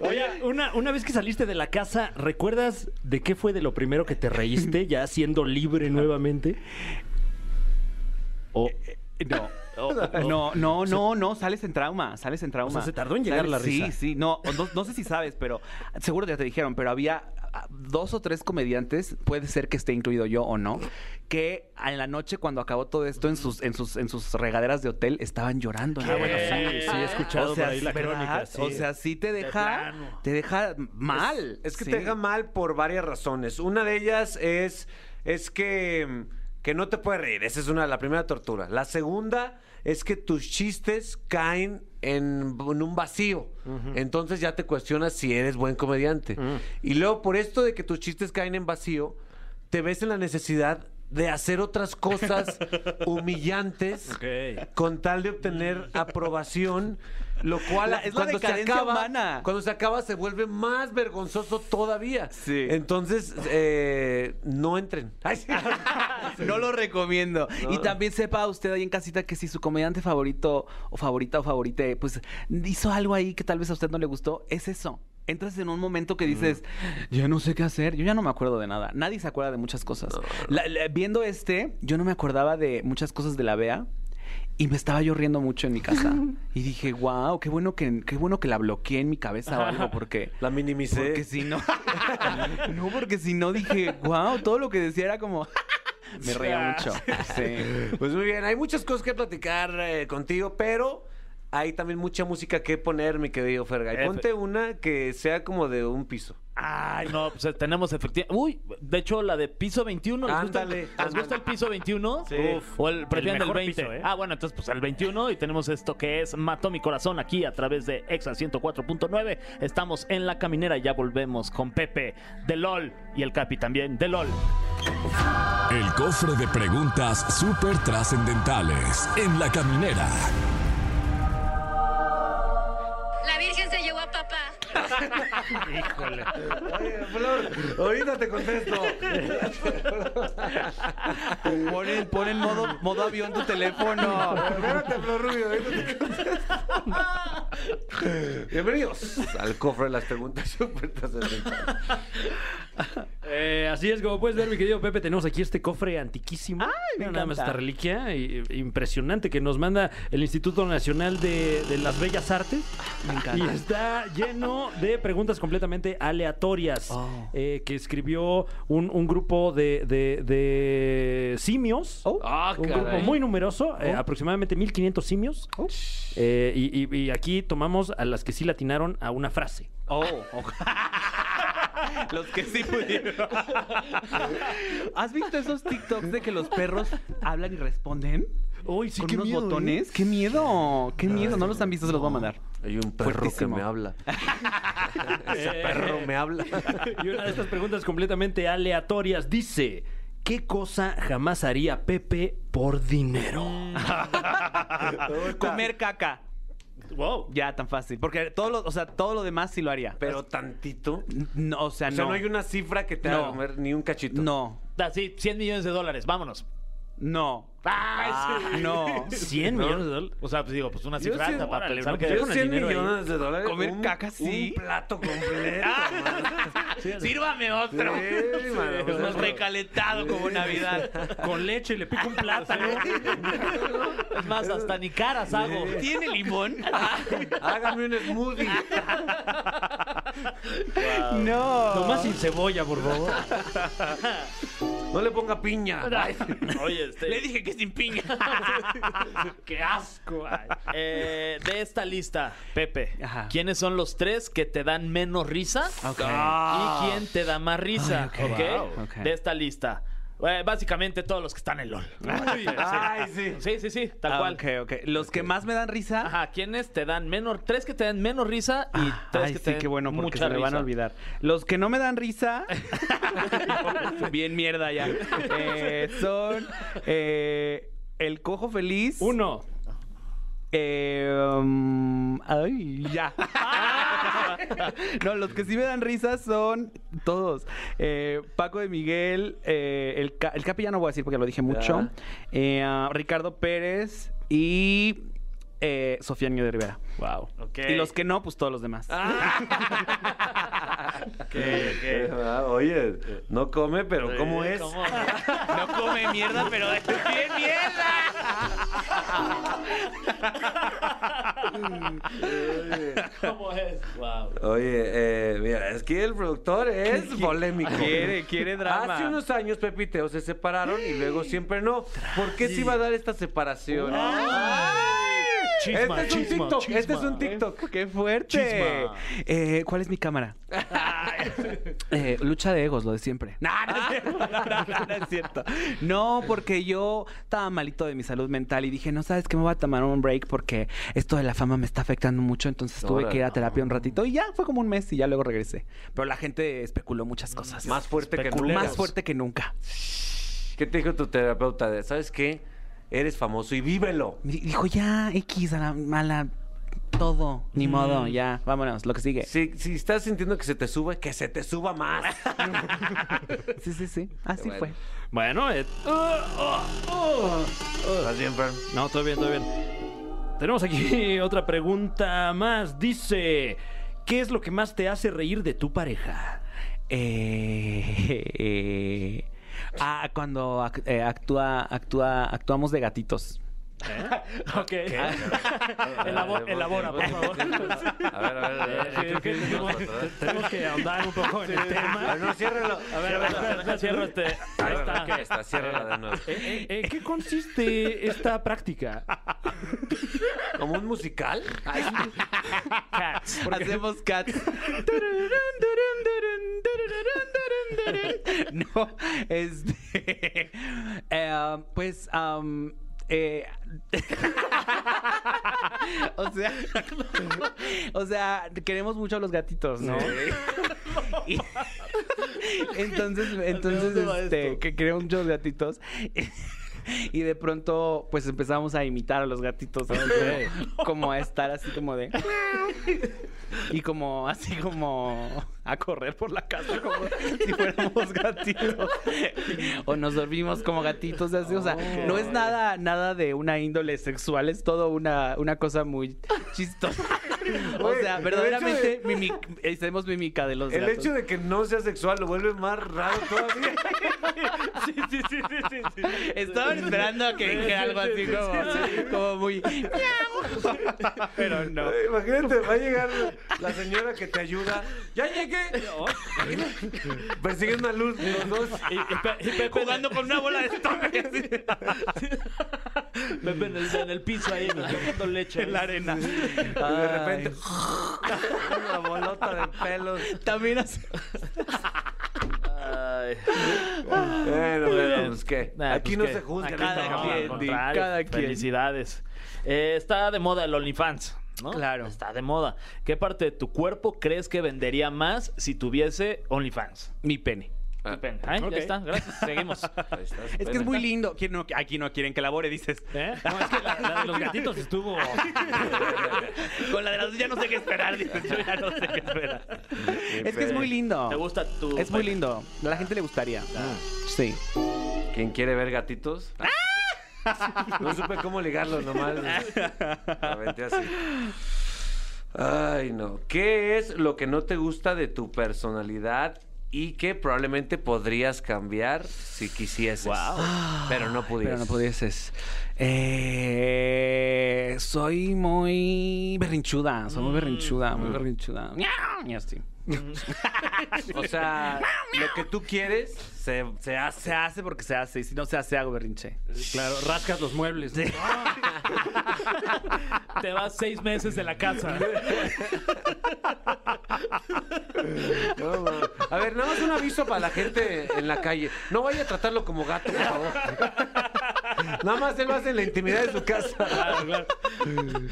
C: Oye, una, una vez que saliste de la casa, ¿recuerdas de qué fue de lo primero que te reíste, ya siendo libre nuevamente? O,
F: No. No, no, no, no, sales en trauma, sales en trauma.
C: sea, se tardó en llegar la risa.
F: Sí, sí, no, no, no sé si sabes, pero seguro ya te dijeron, pero había ah, dos o tres comediantes, puede ser que esté incluido yo o no, que en la noche cuando acabó todo esto en sus en sus en sus regaderas de hotel estaban llorando. en la
C: Ah, bueno,
F: noche.
C: sí, sí, he escuchado
F: O sea,
C: por ahí la
F: ¿verdad?
C: crónica. sí.
F: O sea, sí te deja,
D: plano.
F: te deja mal.
B: Es que
F: Sí.
B: te deja mal por varias razones. Una de ellas es, es que, mm, que no te puedes reír. Esa es una, la primera tortura. La segunda es que tus chistes caen en, en un vacío. Entonces ya te cuestionas si eres buen comediante.
F: Mm.
B: Y luego, por esto de que tus chistes caen en vacío, te ves en la necesidad de hacer otras cosas humillantes
C: Ok.
B: con tal de obtener aprobación, lo cual
F: La- es la
B: Mm. cuando se
F: decadencia
B: acaba,
F: humana.
B: cuando se acaba se vuelve más vergonzoso todavía.
F: Sí.
B: Entonces, eh, no entren. Ay, sí.
F: No lo recomiendo.
B: No.
F: Y también sepa usted ahí en casita que si su comediante favorito o favorita o favorite, pues hizo algo ahí que tal vez a usted no le gustó, es eso. Entras en un momento que dices,
B: Mm.
F: ya no sé qué hacer, yo ya no me acuerdo de nada. Nadie se acuerda de muchas cosas. La- la- viendo este, yo no me acordaba de muchas cosas de la Bea. Y me estaba yo riendo mucho en mi casa. Y dije, wow, qué bueno que, qué bueno que la bloqueé en mi cabeza o algo, porque
B: La minimicé.
F: porque si no. no, porque si no dije, wow, todo lo que decía era como. Me reía mucho. Sí.
B: Ah. Pues muy bien, hay muchas cosas que platicar eh, contigo, pero hay también mucha música que poner, mi querido Ferga. Y
D: Efe.
B: ponte una que sea como de un piso.
D: Ay, no, pues eh, tenemos efectivamente. Uy, de hecho, la de piso 21. ¿Les gusta, el-
B: Ándale,
D: ¿les gusta el piso 21?
B: Sí.
D: Uf, o el, prefieren el
C: mejor
D: 20.
C: piso, ¿eh?
D: Ah, bueno, entonces, pues el 21. Y tenemos esto que es Mató mi corazón aquí a través de Exa 104.9. Estamos en la caminera y ya volvemos con Pepe de LOL y el Capi también de LOL.
A: El cofre de preguntas súper trascendentales en la caminera.
G: La Virgen se llevó a papá.
B: Oye, Flor, ahorita te contesto.
F: Pon en, pon en modo, modo avión tu teléfono.
B: Espérate, Flor Rubio. ahorita te- Bienvenidos al cofre de las preguntas súper trascendentales.
C: Eh, así es, como puedes ver, mi querido Pepe, tenemos aquí este cofre antiquísimo. Mira nada más esta reliquia eh, impresionante que nos manda el Instituto Nacional de, de las Bellas Artes.
F: Ah, Me
C: Y
F: encanta.
C: está lleno de preguntas completamente aleatorias
F: Oh.
C: eh, que escribió un, un grupo de, de- de simios.
F: Oh.
B: Ah,
C: un
B: caray.
C: grupo muy numeroso, eh, aproximadamente 1500 simios.
F: Oh.
C: Eh, y, y- y aquí tomamos a las que sí latinaron a una frase.
F: Oh, ok. Los que sí pudieron. ¿Has visto esos TikToks de que los perros hablan y responden?
C: Uy,
F: con unos botones. ¡Qué miedo! ¡Qué miedo! No los han visto, se los voy a mandar.
B: Hay un perro
F: Fuertísimo.
B: que me habla. Ese perro me habla.
C: Eh, Y una de estas preguntas completamente aleatorias dice: ¿Qué cosa jamás haría Pepe por dinero?
D: Mm.
F: Comer caca.
C: wow.
F: Ya, tan fácil. Porque todo lo, o sea, todo lo demás sí lo haría.
B: Pero tantito.
F: No, o sea,
B: O sea,
F: no.
B: no hay una cifra que te haga
F: No.
B: comer ni un cachito.
F: No.
D: Así, 100 millones de dólares, vámonos.
F: No.
D: Ah,
F: No.
C: 100 millones de dólares.
D: O sea, pues digo, pues una
B: Yo
D: cifra
B: sí-
D: alta para
C: órale,
D: pensar
C: no,
D: que...
C: pues
B: Yo
C: Con el
B: 100
C: dinero ahí.
B: millones de dólares.
F: Comer
B: un-
F: caca, sí.
B: Un plato completo.
F: Sírvame otro.
B: Sí, mano, pues,
F: Más
B: eso-
F: recalentado como Navidad.
C: Con leche le pico un plátano.
D: Es más, hasta ni caras hago.
F: ¿Tiene limón?
B: Hágame un smoothie.
F: No.
C: Nomás sin cebolla, por favor.
B: No le ponga piña.
D: Oye, este...
F: Le dije que sin piña.
C: ¡Qué asco! ay.
D: Eh, de esta lista, Pepe,
F: Ajá.
D: ¿quiénes son los tres que te dan menos risa? ¿Y quién te da más risa?
F: Ay, ok.
D: ¿ok?
F: Ah. Wow. Ok.
D: De esta lista. Eh, básicamente todos los que están en LOL. Ah,
B: Ay, sí.
D: Sí, sí, sí, tal
F: Ah,
D: cual.
F: Ok, ok. Los que más me dan risa.
D: Ajá, ¿quiénes te este dan menos? Tres que te dan menos risa y
C: Ah,
D: tres
F: Ay,
D: que te
F: sí,
D: dan
F: qué bueno, porque
D: mucha
F: se me van
D: risa.
F: a olvidar. Los que no me dan risa. bien mierda ya. Eh, son. eh, el cojo feliz.
C: Uno.
F: Eh, um, ay, ya. no, los que sí me dan risa son todos. Eh, Paco de Miguel, eh, el, ca- el Capi ya no voy a decir porque lo dije mucho. Eh, ah, Ricardo Pérez y eh, Sofía Niño de Rivera.
C: Wow.
D: Ok.
F: Y los que no, pues todos los demás.
B: Eh, ah, Oye, no come, pero ¿cómo es?
D: ¿Cómo?
F: No come mierda, pero es bien mierda.
D: ¿Cómo es? Wow.
B: Oye, eh, mira, es que el productor es polémico.
F: Quiere, quiere drama.
B: Hace unos años Pepe y Teo se separaron y luego siempre no. ¿Por qué se iba a dar esta separación?
F: Ah.
B: este
D: Chisma,
B: es un
D: chisma,
B: TikTok,
D: chisma.
B: este es un TikTok.
F: ¡Qué fuerte!
D: Chisma.
F: Eh, ¿Cuál es mi cámara? Eh, lucha de egos, lo de siempre. No, no es cierto. No, no, no, no es cierto. No, porque yo estaba malito de mi salud mental y dije, no sabes que me voy a tomar un break porque esto de la fama me está afectando mucho. Entonces tuve que ir a
B: Órale.
F: terapia un ratito y ya fue como un mes y ya luego regresé. Pero la gente especuló muchas cosas.
B: Más fuerte que nunca.
F: Más fuerte que nunca.
B: ¿Qué te dijo tu terapeuta? De, ¿Sabes qué? Eres famoso y vívelo.
F: Me dijo, ya, X a la mala, todo, ni modo, ya, vámonos, lo que sigue. Sí,
B: Si, si estás sintiendo que se te sube, que se te suba más.
F: sí, sí, así
B: Bueno.
F: fue.
C: Bueno, eh, ah, ah, ah.
B: ¿Estás bien, Fran?
C: No, todo bien, todo bien. Tenemos aquí otra pregunta más. Dice: ¿Qué es lo que más te hace reír de tu pareja?
F: Eh, eh, ah, cuando ac- eh, actúa, actúa, actuamos de gatitos.
D: Ok. Elabor- elabora, por favor.
B: A ver, a ver, a ver.
C: Eh, creo que tenemos, tenemos que ahondar un poco en el tema.
B: Ah, no, ciérralo.
D: A ver, a ver, a ver, cierro este. Ahí está.
B: Ahí está, ciérrala de nuevo.
C: Eh, eh, ¿En qué consiste esta práctica?
B: ¿Como un musical? Ay,
D: Cats.
F: Hacemos cats. Tururún, tururún, tururún, tururún, tururún. No, este. eh, pues, am, eh, o sea, o sea, queremos mucho a los gatitos, ¿no? Y- entonces, entonces,
D: dónde va
F: este,
D: esto?
F: que queremos mucho a los gatitos. Y de pronto, pues empezamos a imitar a los gatitos, ¿sabes? Como, como a estar así como de. Y como así como a correr por la casa como si fuéramos gatitos. O nos dormimos como gatitos así. O sea, no
B: Oh.
F: es nada, nada de una índole sexual, es todo una, una cosa muy chistosa. O
B: Oye,
F: sea,
B: el
F: verdaderamente
B: hecho
F: mimic- eh, hacemos mímica de los
B: El
F: gatos.
B: hecho de que no sea sexual lo vuelve más raro todavía.
D: Sí, sí, sí, sí, sí, sí.
F: Estaban esperando a que dijera algo así como, como muy... Pero no.
B: Imagínate, va a llegar la señora que te ayuda. ¡Ya llegué! Persiguen una luz los dos.
D: Y, y Pe- y Pepe,
F: Jugando con una bola de estómago.
D: Pepe en, el, en el piso ahí, tomando leche.
F: en la arena.
B: Y de repente, una bolota de pelos.
F: También hace-
D: Ay.
B: Bueno,
D: bien.
B: bueno, pues qué.
D: Nah,
B: Aquí
D: pues,
B: no
D: ¿qué?
B: se juzga. ¿no?
F: Cada
D: No, al
F: quien, Di,
D: contrario,
F: cada quien.
D: Felicidades. Eh, está de moda el OnlyFans, ¿no?
F: Claro.
D: Está de moda. ¿Qué parte de tu cuerpo crees que vendería más si tuviese OnlyFans?
F: Mi pene.
B: Ah.
D: Ven, ay,
C: Ok.
D: Ya está, gracias. Seguimos.
B: Ahí estás.
F: Es que es muy lindo. ¿Quién no- aquí no quieren que labore, dices.
C: ¿Eh? No, es que la, la de los gatitos estuvo.
F: Con la de las ya no sé qué esperar, dices. Yo ya no sé qué esperar. Es que es muy lindo.
D: ¿Te gusta tu...?
F: Es muy lindo. A la gente le gustaría.
B: Ah.
F: Sí.
B: ¿Quién quiere ver gatitos? No supe cómo ligarlo nomás. La aventé así. Ay, no. ¿Qué es lo que no te gusta de tu personalidad y que probablemente podrías cambiar si quisieses? Pero no pudieras.
F: Pero no pudieses. Eh, soy muy berrinchuda. Soy
B: Mm.
F: muy berrinchuda, muy berrinchuda. Y así.
B: O sea, lo que tú quieres se, se hace.
F: Se hace porque se hace. Y si no se hace, hago berrinche.
C: Claro, rascas los muebles. ¿no?
D: Te vas seis meses de la casa.
B: No, ma. a ver, nada más un aviso para la gente en la calle. No vaya a tratarlo como gato, por favor. Nada más él lo hace en la intimidad de su casa.
D: Claro, claro.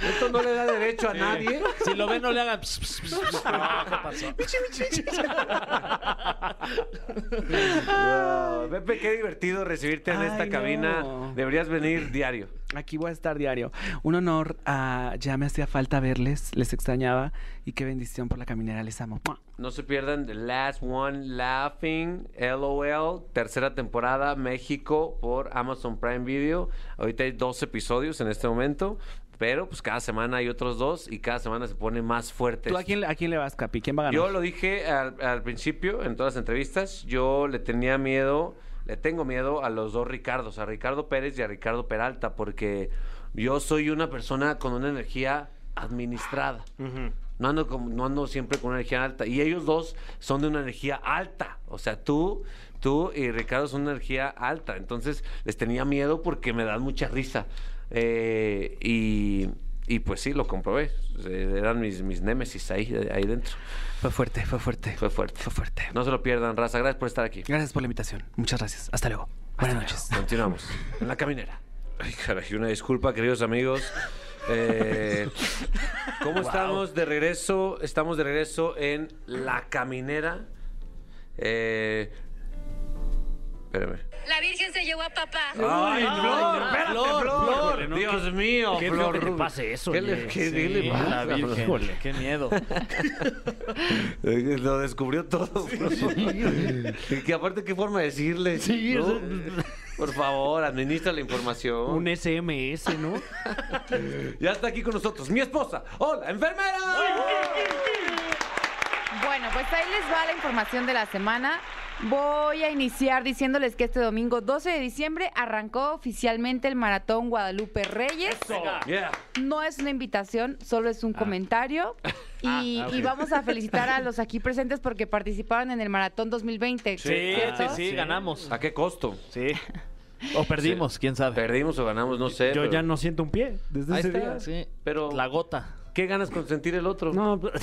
B: Esto no le da derecho a nadie.
D: Si lo ven, no le hagan... pss, pss, pss, pss. No, ¿qué pasó?
B: No, Pepe, qué divertido recibirte en
F: Ay,
B: esta
F: no.
B: cabina. Deberías venir diario.
F: Aquí voy a estar diario. Un honor. ah, ya me hacía falta verles. Les extrañaba. Y qué bendición por la caminera. Les amo. ¡Mua!
B: No se pierdan The Last One Laughing, LOL, tercera temporada, México, por Amazon Prime Video. Ahorita hay dos episodios en este momento, pero pues cada semana hay otros dos y cada semana se pone más fuerte. este
F: ¿Tú a quién, a quién le vas, Capi? ¿Quién va a ganar?
B: Yo lo dije al, al principio, en todas las entrevistas, yo le tenía miedo, le tengo miedo a los dos Ricardos, a Ricardo Pérez y a Ricardo Peralta, porque yo soy una persona con una energía administrada. No ando, como- no ando siempre con una energía alta. Y ellos dos son de una energía alta. O sea, tú, tú y Ricardo son una energía alta. Entonces les tenía miedo porque me dan mucha risa. Eh, y, y pues sí, lo comprobé. Eh, Eran mis, mis némesis ahí, ahí dentro.
F: Fue fuerte, fue fuerte.
B: Fue fuerte.
F: Fue fuerte.
B: No se lo pierdan, raza. Gracias por estar aquí.
F: Gracias por la invitación. Muchas gracias. Hasta luego. Buenas noches.
B: Continuamos. En la caminera. Ay, caray, una disculpa, queridos amigos. Eh, ¿Cómo estamos de regreso? Estamos de regreso en La Caminera. Eh, espérame.
G: La Virgen se llevó a papá.
B: ¡Ay, Flor!
C: no,
B: ¡Espérate,
C: Flor,
B: Flor!
C: Flor, no,
B: ¡Dios mío,
C: qué feo
B: Flor!
C: que te
B: Rubio.
C: pase eso,
B: ¿Qué le,
C: oye.
B: qué- qué
C: Sí,
B: le pasa?
D: La Virgen.
B: Flor?
D: Qué miedo.
B: Eh, Lo descubrió todo. Flor. Y que aparte, ¿qué forma de decirle?
C: Sí,
B: ¿no?
C: eso-
B: Eh, Por favor, administra la información.
C: Un e- SMS, ¿no?
B: Ya está aquí con nosotros mi esposa. ¡Hola, enfermera!
H: Bueno, pues ahí les va la información de la semana. Voy a iniciar diciéndoles que este domingo 12 de diciembre arrancó oficialmente el maratón Guadalupe Reyes.
B: Yeah.
H: No es una invitación, solo es
C: Ah.
H: un comentario. Y, y vamos a felicitar a los aquí presentes porque participaron en el maratón 2020.
D: Sí,
C: Ah.
D: sí,
H: ¿cierto?
D: sí, ganamos.
B: ¿A qué costo?
D: Sí. O perdimos, quién sabe.
B: ¿Perdimos o ganamos? No sé.
C: Yo
B: pero-
C: ya no siento un pie desde
B: Ahí
C: ese
B: está.
C: día.
D: Sí.
B: Pero-
D: La gota.
B: ¿Qué ganas con sentir el otro?
C: No, pero-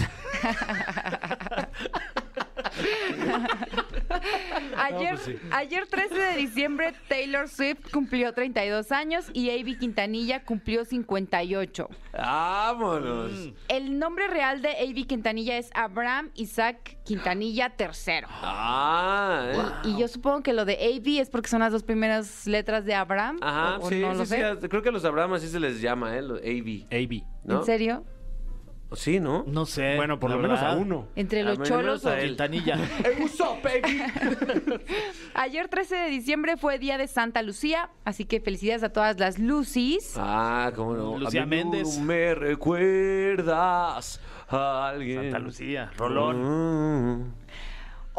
H: Ayer,
C: pues sí.
H: ayer 13 de diciembre Taylor Swift cumplió 32 años y Avi Quintanilla cumplió 58.
B: ¡Vámonos!
H: El nombre real de A.B. Quintanilla es Abraham Isaac Quintanilla III.
B: ¡Ah! ¿eh?
H: Y yo supongo que lo de A.B. es porque son las dos primeras letras de Abraham.
B: Ajá,
H: o- o
B: sí,
H: no
B: sí,
H: lo
B: sí,
H: sé.
B: Creo que a los Abraham así se les llama, ¿eh? Los AB.
C: AB.
B: ¿no?
H: ¿En serio?
B: Sí, ¿no?
D: No sé.
C: Bueno, por
D: la
C: lo menos a
D: verdad.
C: uno.
H: Entre
B: A
H: los
B: mí me
H: cholos.
B: gusta
H: o-
B: él.
D: Quintanilla.
H: Ayer 13 de diciembre fue día de Santa Lucía, así que felicidades a todas las Lucis.
B: Ah, cómo no.
D: Lucía
B: A mí no
D: Méndez.
B: Me recuerdas a alguien.
C: pues,
D: Santa Lucía, Rolón.
B: Mm.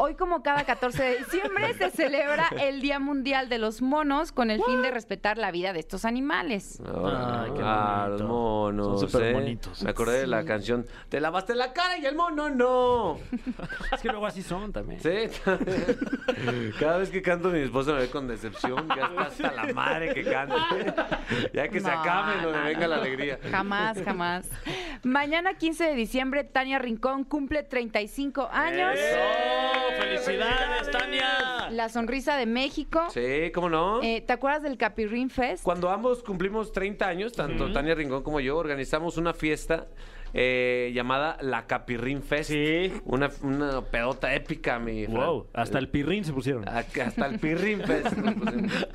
H: Hoy como cada 14 de diciembre se celebra el Día Mundial de los Monos con el fin de respetar la vida de estos animales.
D: Ay, qué
B: ah,
D: bonito.
B: los monos.
D: Son súper
B: ¿eh?
D: bonitos.
B: Me acordé de la canción. Te lavaste la cara y el mono no.
C: Es que luego así son también.
B: Sí. Cada vez que canto mi esposa me ve con decepción. Ya está hasta la madre que cante. Ya que se
H: No,
B: acabe lo
H: no,
B: de venga la
H: no.
B: alegría.
H: Jamás, jamás. Mañana 15 de diciembre, Tania Rincón cumple 35 años.
D: ¡Eso! Oh, ¡Felicidades, Tania!
H: La sonrisa de México.
B: Sí, ¿cómo no?
H: Eh, ¿Te acuerdas del Capirrín Fest?
B: Cuando ambos cumplimos 30 años, tanto Tania Rincón como yo, organizamos una fiesta eh, llamada la Capirrín Fest.
D: Sí.
B: Una, una pedota épica, mi Fran.
C: Wow, hasta el pirrín se pusieron.
D: Ah,
B: A- Hasta el Pirrín Fest. nos pusimos.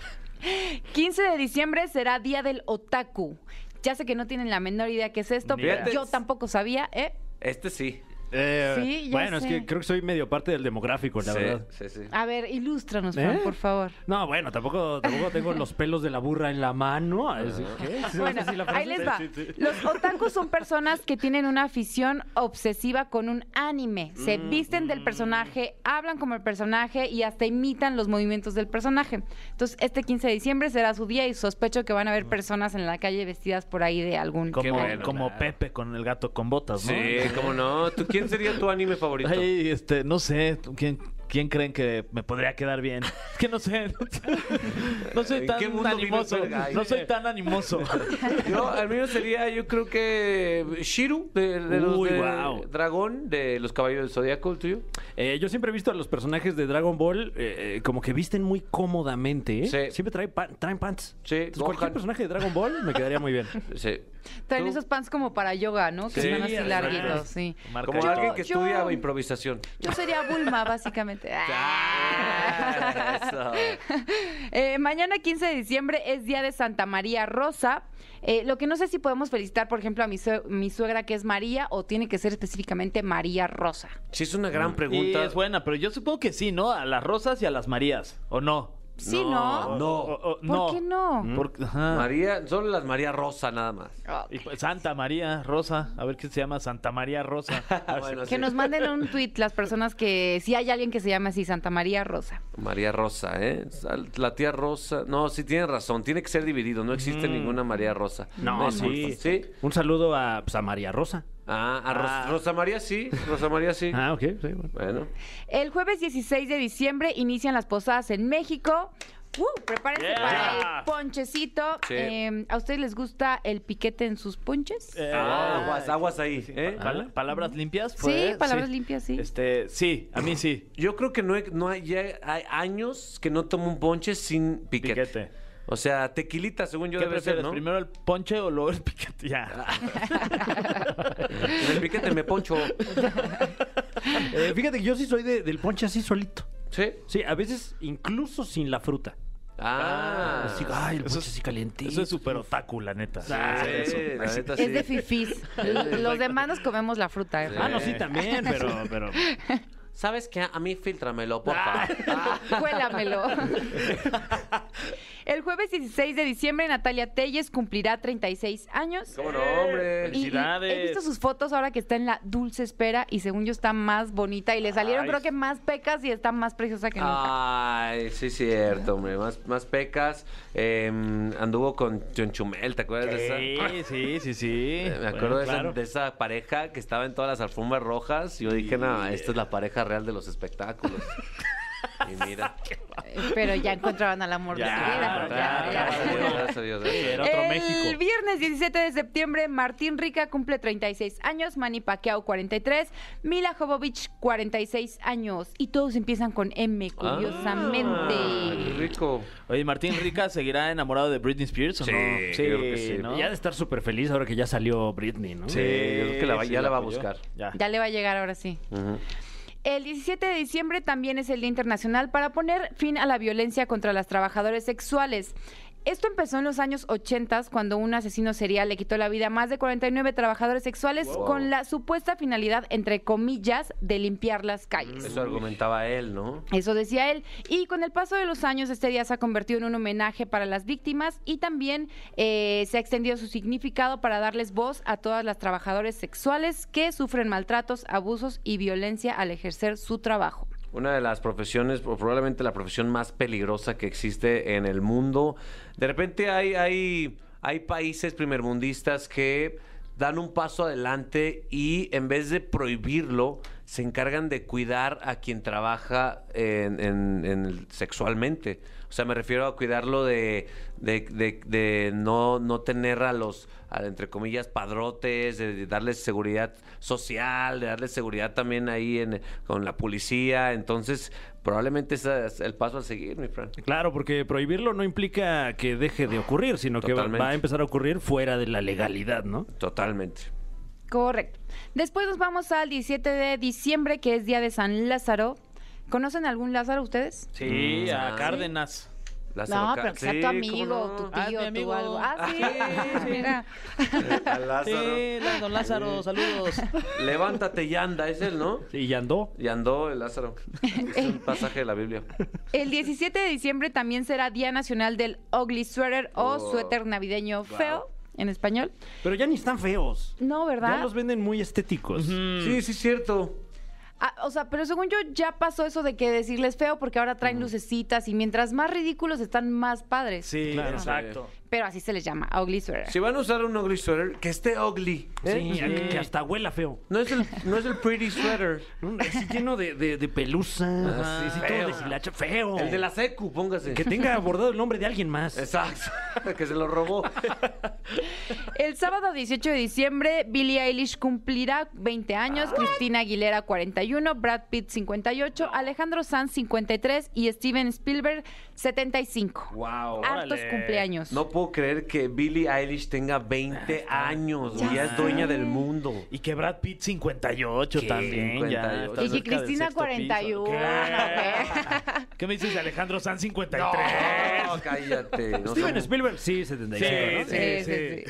H: 15 de diciembre será Día del Otaku. Ya sé que no tienen la menor idea qué es esto,
D: Ni
H: pero
B: idea.
H: yo tampoco sabía, ¿eh?
B: Este sí.
C: Eh,
H: Sí, ya
C: bueno, es
H: sé.
C: que creo que soy medio parte del demográfico, la
B: sí,
C: verdad.
B: sí, sí.
H: A ver, ilústranos, Juan,
C: ¿Eh?
H: por favor.
C: No, bueno, tampoco, tampoco tengo los pelos de la burra en la mano. así
D: Ah.
C: que-
H: Bueno,
C: así la
H: ahí
C: frase.
H: les va. Los otakus son personas que tienen una afición obsesiva con un anime. Se visten del personaje, hablan como el personaje y hasta imitan los movimientos del personaje. Entonces, este 15 de diciembre será su día y sospecho que van a haber personas en la calle vestidas por ahí de algún
D: Como,
B: bueno,
D: como
B: claro.
D: Pepe con el gato con botas, ¿no?
B: Sí, cómo no. ¿Tú quién sería tu anime favorito?
D: Ay, este, no sé, ¿quién, quién creen que me podría quedar bien? Es que no sé, no soy
B: ¿En
D: tan
B: qué mundo
D: animoso,
B: vive Fergay?
D: no soy tan animoso.
B: Yo, al menos sería, yo creo que Shiru, de, de los
C: Uy,
B: de
C: guau.
B: Dragón, de los Caballos del Zodíaco, el tuyo.
C: Eh, yo siempre he visto a los personajes de Dragon Ball eh, eh, como que visten muy cómodamente. ¿eh?
B: Sí.
C: Siempre traen, pa- traen pants.
B: Sí,
C: Entonces,
B: Gohan.
C: cualquier personaje de Dragon Ball me quedaría muy bien.
B: Sí.
H: Traen
B: ¿Tú?
H: esos pants como para yoga, ¿no? Que
B: Sí,
H: están así
B: además.
H: larguitos, sí.
D: Marca
B: Como
D: yo.
B: alguien que
H: Yo-
B: estudia improvisación.
H: Yo sería Bulma, básicamente.
B: Ah, eso.
H: Eh, mañana 15 de diciembre es Día de Santa María Rosa. Eh, lo que no sé si podemos felicitar, por ejemplo, a mi, sue- mi suegra que es María o tiene que ser específicamente María Rosa.
B: Sí, es una gran
D: Y
B: pregunta.
D: es buena, pero yo supongo que sí, ¿no? A las rosas y a las marías, ¿o no?
H: Sí, ¿no?
D: No.
H: ¿Por qué no?
B: Mm.
D: Porque- ajá.
B: María, solo las María Rosa nada más.
H: Oh,
D: Y pues, Santa María Rosa, a ver qué se llama Santa María Rosa.
B: Bueno,
H: Que
B: sí.
H: nos manden un tuit las personas que si hay alguien que se llama así Santa María Rosa.
B: María Rosa, ¿eh? Sal- La tía Rosa. No, sí tiene razón. Tiene que ser dividido. No existe ninguna María Rosa.
C: No,
B: Me
C: sí.
B: disculpas. Mm. ¿Sí?
C: Un saludo a, pues, a María Rosa.
B: Ah, a Ros- Rosa María sí. Rosa María sí.
C: Ah, ok, sí, bueno.
B: Bueno.
H: El jueves 16 de diciembre inician las posadas en México. ¡Uh! prepárense
D: Yeah.
H: para el ponchecito.
B: Sí.
H: Eh, ¿A ustedes les gusta el piquete en sus ponches?
D: Eh,
B: Ah, aguas, aguas ahí. ¿eh?
D: Pal- ¿Palabras limpias?
H: Sí,
D: fue?
H: palabras limpias, sí.
D: Este, sí, a mí sí.
B: Yo creo que no, he- no hay, ya hay años que no tomo un ponche sin piquete.
D: Piquete.
B: O sea, tequilita, según yo,
D: ¿Qué
B: debe ser,
D: prefieres?
B: ¿no?
D: ¿Primero el ponche o luego el piquete? Ya.
B: En el piquete me poncho.
C: Eh, fíjate que yo sí soy de- del ponche así solito.
B: ¿Sí?
C: Sí, a veces incluso sin la fruta.
B: Ah.
C: Así, ay, el
D: Eso
C: ponche
D: es-
C: así calientito.
D: Eso es súper otaku, la neta.
B: Sí,
C: Ah, eso.
B: la neta sí.
H: Es de fifís. Los demás nos comemos la fruta. ¿eh?
C: Ah, no, sí, también, pero, pero
B: ¿Sabes qué? A mí filtramelo, por
D: Ah.
B: favor.
H: Cuélamelo. El jueves 16 de diciembre, Natalia Telles cumplirá 36 años.
B: ¿Cómo no, hombre?
H: Y- y
D: Felicidades.
H: he visto sus fotos ahora que está en la dulce espera y según yo está más bonita y le salieron
D: Ay. Ah.
H: creo que más pecas y está más preciosa que nunca.
B: Ay, sí, cierto, hombre. Más, más pecas. Eh, anduvo con Chonchumel, ¿te acuerdas de esa?
D: Sí, sí, sí, sí.
B: Eh, Me
D: Bueno,
B: acuerdo de, esa-
D: claro.
B: de esa, pareja que estaba en todas las alfombras rojas. Yo dije, no, esta es la pareja real de los espectáculos. y mira.
H: Eh, Pero ya encontraban al amor
D: Ya,
H: de su vida.
D: claro, ya,
B: Gracias a
D: ya.
B: Dios, gracias a Dios, gracias a Dios.
D: Era otro
H: el
D: México.
H: viernes 17 de septiembre, Martín Rica cumple 36 años, Manny Pacquiao 43, Mila Jovovich 46 años y todos empiezan con M,
D: Ah.
H: curiosamente.
B: Ah, qué rico.
D: Oye, ¿Martín Rica seguirá enamorado de Britney Spears o
B: Sí,
D: no?
B: creo que sí.
D: ¿no?
C: ya de estar súper feliz ahora que ya salió Britney, ¿no?
B: Sí, yo creo que la va-
D: sí,
B: ya la va a
D: apoyó.
B: buscar.
D: Ya.
H: Ya le va a llegar ahora sí.
B: Ujú.
H: El 17 de diciembre también es el Día Internacional para poner fin a la violencia contra las trabajadoras sexuales. Esto empezó en los años 80 cuando un asesino serial le quitó la vida a más de 49 trabajadores sexuales con la supuesta finalidad, entre comillas, de limpiar las calles.
B: Eso argumentaba él, ¿no?
H: Eso decía él. Y con el paso de los años, este día se ha convertido en un homenaje para las víctimas y también eh, se ha extendido su significado para darles voz a todas las trabajadoras sexuales que sufren maltratos, abusos y violencia al ejercer su trabajo.
B: Una de las profesiones, o probablemente la profesión más peligrosa que existe en el mundo. De repente hay, hay, hay países primermundistas que dan un paso adelante y en vez de prohibirlo, se encargan de cuidar a quien trabaja en- en- en el- sexualmente. O sea, me refiero a cuidarlo de, de, de- de no, no tener a los, a, entre comillas, padrotes, de, de darles seguridad social, de darles seguridad también ahí en, con la policía. Entonces, probablemente ese es el paso a seguir, mi Fran.
C: Claro, porque prohibirlo no implica que deje de ocurrir, sino que
B: Totalmente.
C: va a empezar a ocurrir fuera de la legalidad, ¿no?
B: Totalmente.
H: Correcto. Después nos vamos al 17 de diciembre, que es Día de San Lázaro. ¿Conocen algún Lázaro ustedes?
D: Sí,
B: Mm,
D: a
B: ah.
D: Cárdenas.
B: Lázaro Cárdenas.
H: pero que sea
B: Sí,
H: tu
B: ¿cómo
H: amigo,
B: no?
H: tu tío,
D: Ah, es mi
H: tu
D: amigo.
H: algo. Ah, sí, mira.
B: A Lázaro.
D: Sí, don Lázaro, saludos.
B: Levántate y anda, es él, ¿no?
C: Sí, y andó.
B: Y andó el Lázaro. Es un pasaje de la Biblia.
H: El 17 de diciembre también será Día Nacional del Ugly Sweater o
B: Oh.
H: suéter navideño feo en español.
C: Pero ya ni están feos.
H: No, ¿verdad?
C: Ya los venden muy estéticos.
D: Mm.
B: Sí, sí, es cierto.
H: Ah, o sea, pero según yo ya pasó eso de que decirles feo porque ahora traen lucecitas y mientras más ridículos están más padres.
D: Sí,
C: Claro.
D: exacto.
H: Pero así se les llama, ugly sweater.
B: Si van a usar un ugly sweater, que esté ugly. ¿eh?
C: Sí, a- que hasta huela feo.
B: No es el, no es el pretty sweater.
C: Un- Así lleno de, de, de pelusa.
B: Ajá.
C: así todo
B: Feo.
C: deshilacha- Feo.
B: El de la secu, póngase.
C: Que tenga bordado el nombre de alguien más.
B: Exacto. Que se lo robó.
H: El sábado 18 de diciembre, Billie Eilish cumplirá 20 años, Cristina Aguilera 41, Brad Pitt 58, Alejandro Sanz 53 y Steven Spielberg 75.
B: Wow.
H: Hartos cumpleaños.
B: No puedo creer que Billie Eilish tenga 20
C: Ah,
B: años.
H: Ya
B: Ya, es
H: sé.
B: dueña del mundo.
D: Y que Brad Pitt 58
B: ¿Qué?
D: también.
B: 58.
D: Ya,
H: Y que
D: está cerca del
H: Cristina
D: sexto piso.
H: 41.
D: ¿Qué? ¿Qué me dices de Alejandro San 53?
B: No, cállate. no
C: Steven
B: somos-
C: Spielberg, sí, 75.
D: Sí,
C: ¿no?
D: sí,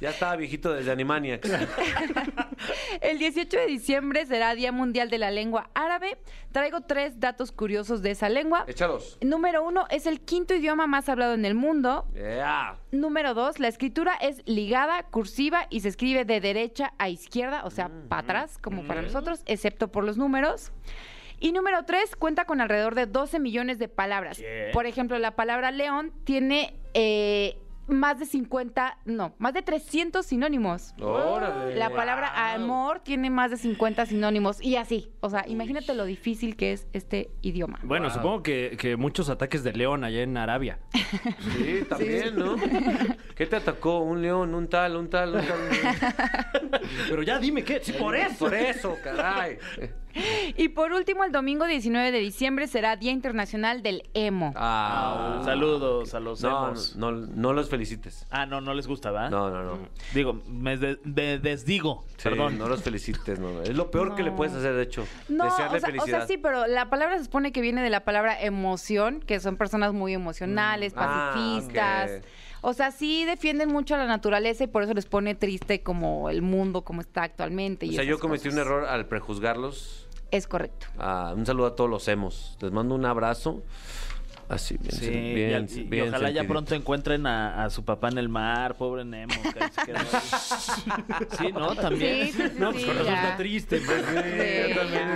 B: Ya estaba viejito desde Animaniacs.
H: El 18 de diciembre será Día Mundial de la Lengua Árabe. Traigo tres datos curiosos de esa lengua.
B: Échalos.
H: Número uno, es el quinto idioma más hablado en el mundo.
B: Yeah.
H: Número dos, la escritura es ligada, cursiva y se escribe de derecha a izquierda, o sea,
B: Mm.
H: para atrás, como para nosotros, excepto por los números. Y número tres, cuenta con alrededor de 12 millones de palabras.
D: ¿Qué?
H: Por ejemplo, la palabra león tiene eh, más de 50, no, más de 300 sinónimos.
B: Órale.
H: La palabra
B: Wow.
H: amor tiene más de 50 sinónimos y así. O sea, imagínate lo difícil que es este idioma.
C: Bueno, supongo que, que muchos ataques de león allá en Arabia.
B: Sí, también, ¿no? ¿Qué te atacó? Un león, un tal, un tal, un tal. un tal?
C: Pero ya dime qué. Sí, por eso.
B: Por eso, caray.
H: Y por último, el domingo 19 de diciembre será Día Internacional del Emo.
B: Ah,
D: Ah, saludos a los
B: No,
D: emos.
B: no, no los felicites.
D: Ah, no, no les gusta, ¿verdad?
B: No, no, no.
D: Digo, me de- de- desdigo.
B: Sí,
D: Perdón.
B: No los felicites, no. no. Es lo peor que le
H: No.
B: puedes hacer, de hecho.
H: No, o sea,
B: desearle
H: o sea,
B: felicidad.
H: sí, pero la palabra se supone que viene de la palabra emoción, que son personas muy emocionales,
B: Mm, ah,
H: pacifistas.
B: ok.
H: O sea, sí defienden mucho a la naturaleza y por eso les pone triste como el mundo como está actualmente. y
B: O sea, yo
H: esas
B: cometí un
H: cosas.
B: error al prejuzgarlos.
H: Es correcto.
B: Ah, un saludo a todos los hemos. Les mando un abrazo. Así, bien,
D: Sí,
B: sen-
D: y
B: bien,
D: al- y, y
B: bien
D: ojalá ya
B: sentidito.
D: pronto encuentren a, a su papá en el mar, pobre Nemo. que ahí se quedó. sí, ¿no? También.
H: Sí, sí, sí,
C: No,
H: sí,
C: pues con razón
H: ya.
C: está triste. pues.
B: Sí, yo también
H: ya.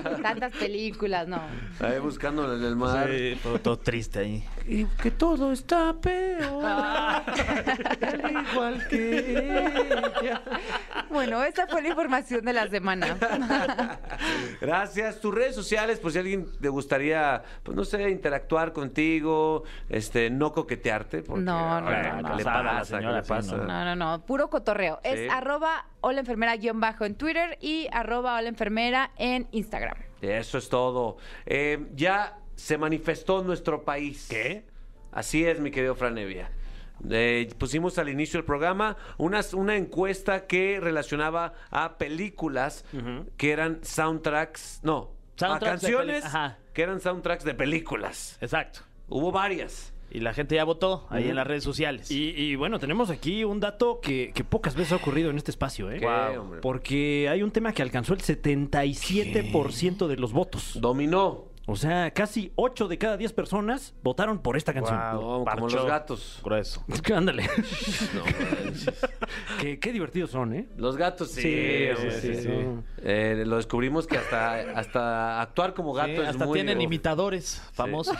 B: estaría.
H: Tantas películas, no.
B: Ahí buscándolo en el mar.
D: Sí, todo, todo triste ahí.
B: Y que todo está peor.
H: Ah.
B: al igual que ella.
H: Bueno, esta fue la información de la semana.
B: Gracias. Tus redes sociales, por si alguien te gustaría, pues no sé, interactuar contigo, este, no coquetetearte. Porque,
H: No, no,
B: ahora,
H: no,
B: ¿qué le
D: no. Pasada la
B: pasa? ¿Qué
D: señora,
B: le
D: sí,
B: pasa?
H: No, no, no, puro cotorreo.
B: Sí.
H: Es arroba holaenfermera-bajo en Twitter y arroba holaenfermera en Instagram.
B: Eso es todo. Eh, ya se manifestó nuestro país. ¿Qué? Así es, mi querido Franevia. pusimos al inicio del programa unas- una encuesta que relacionaba a películas que eran soundtracks, no,
D: Soundtracks
B: a
D: de peli-
B: canciones
D: ajá.
B: que eran soundtracks de películas.
D: Exacto.
B: Hubo varias.
D: Y la gente ya votó ahí en las redes sociales.
C: Y, y bueno, tenemos aquí un dato que, que pocas veces ha ocurrido en este espacio, ¿eh?
B: ¿Qué,
C: Wow.
B: hombre?
C: Porque hay un tema que alcanzó el 77% de los votos.
B: Dominó.
C: O sea, casi 8 de cada 10 personas votaron por esta canción.
B: No, como los gatos.
D: Grueso.
C: Ándale.
B: No, manches.
C: qué, qué divertidos son, ¿eh?
B: los gatos, sí.
D: sí,
B: sí,
D: sí,
B: sí.
D: sí.
B: Eh, lo descubrimos que hasta, hasta actuar como gato es
D: hasta
B: muy...
D: tienen
B: uf.
D: imitadores famosos.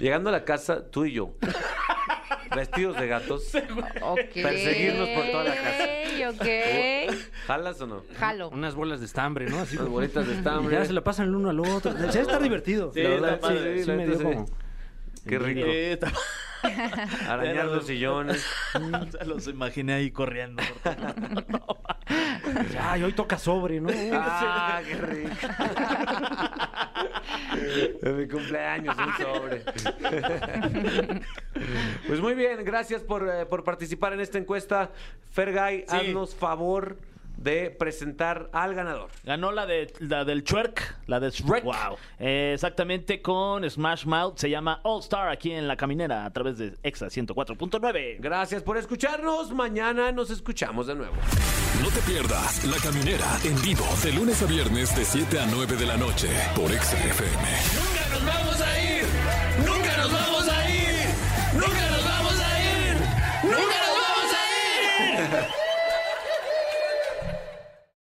B: Llegando a la casa, tú y yo, vestidos de gatos,
H: Ok.
B: Perseguirnos por toda la casa. Uh.
H: Ok,
B: ¿jalas o no?
H: Jalo.
C: Unas bolas de estambre, ¿no? Así
B: Unas
C: como-
B: bolitas de estambre.
C: Ya se la pasan el uno al otro. Se debe estar divertido.
D: Sí,
C: La
D: está
C: verdad,
D: padre.
C: sí, sí
B: La
C: me
B: neta,
C: dio
B: sí.
C: como-
B: Qué rico.
D: Eh, está-
B: Arañar los sillones.
D: Ya los imaginé ahí corriendo. por todo lado.
C: Ay, hoy toca sobre, ¿no?
B: Ah, qué rico. En mi cumpleaños, un sobre. Pues muy bien, gracias por, eh, por participar en esta encuesta. Fergay,
D: Sí.
B: haznos favor de presentar al ganador.
D: Ganó la, de, la del Chuerk, la de Shrek.
C: Wow.
D: Eh, exactamente con Smash Mouth. Se llama All Star aquí en La Caminera a través de Exa 104.9.
B: Gracias por escucharnos. Mañana nos escuchamos de nuevo.
A: No te pierdas La Caminera en vivo de lunes a viernes de 7 a 9 de la noche por Exa FM.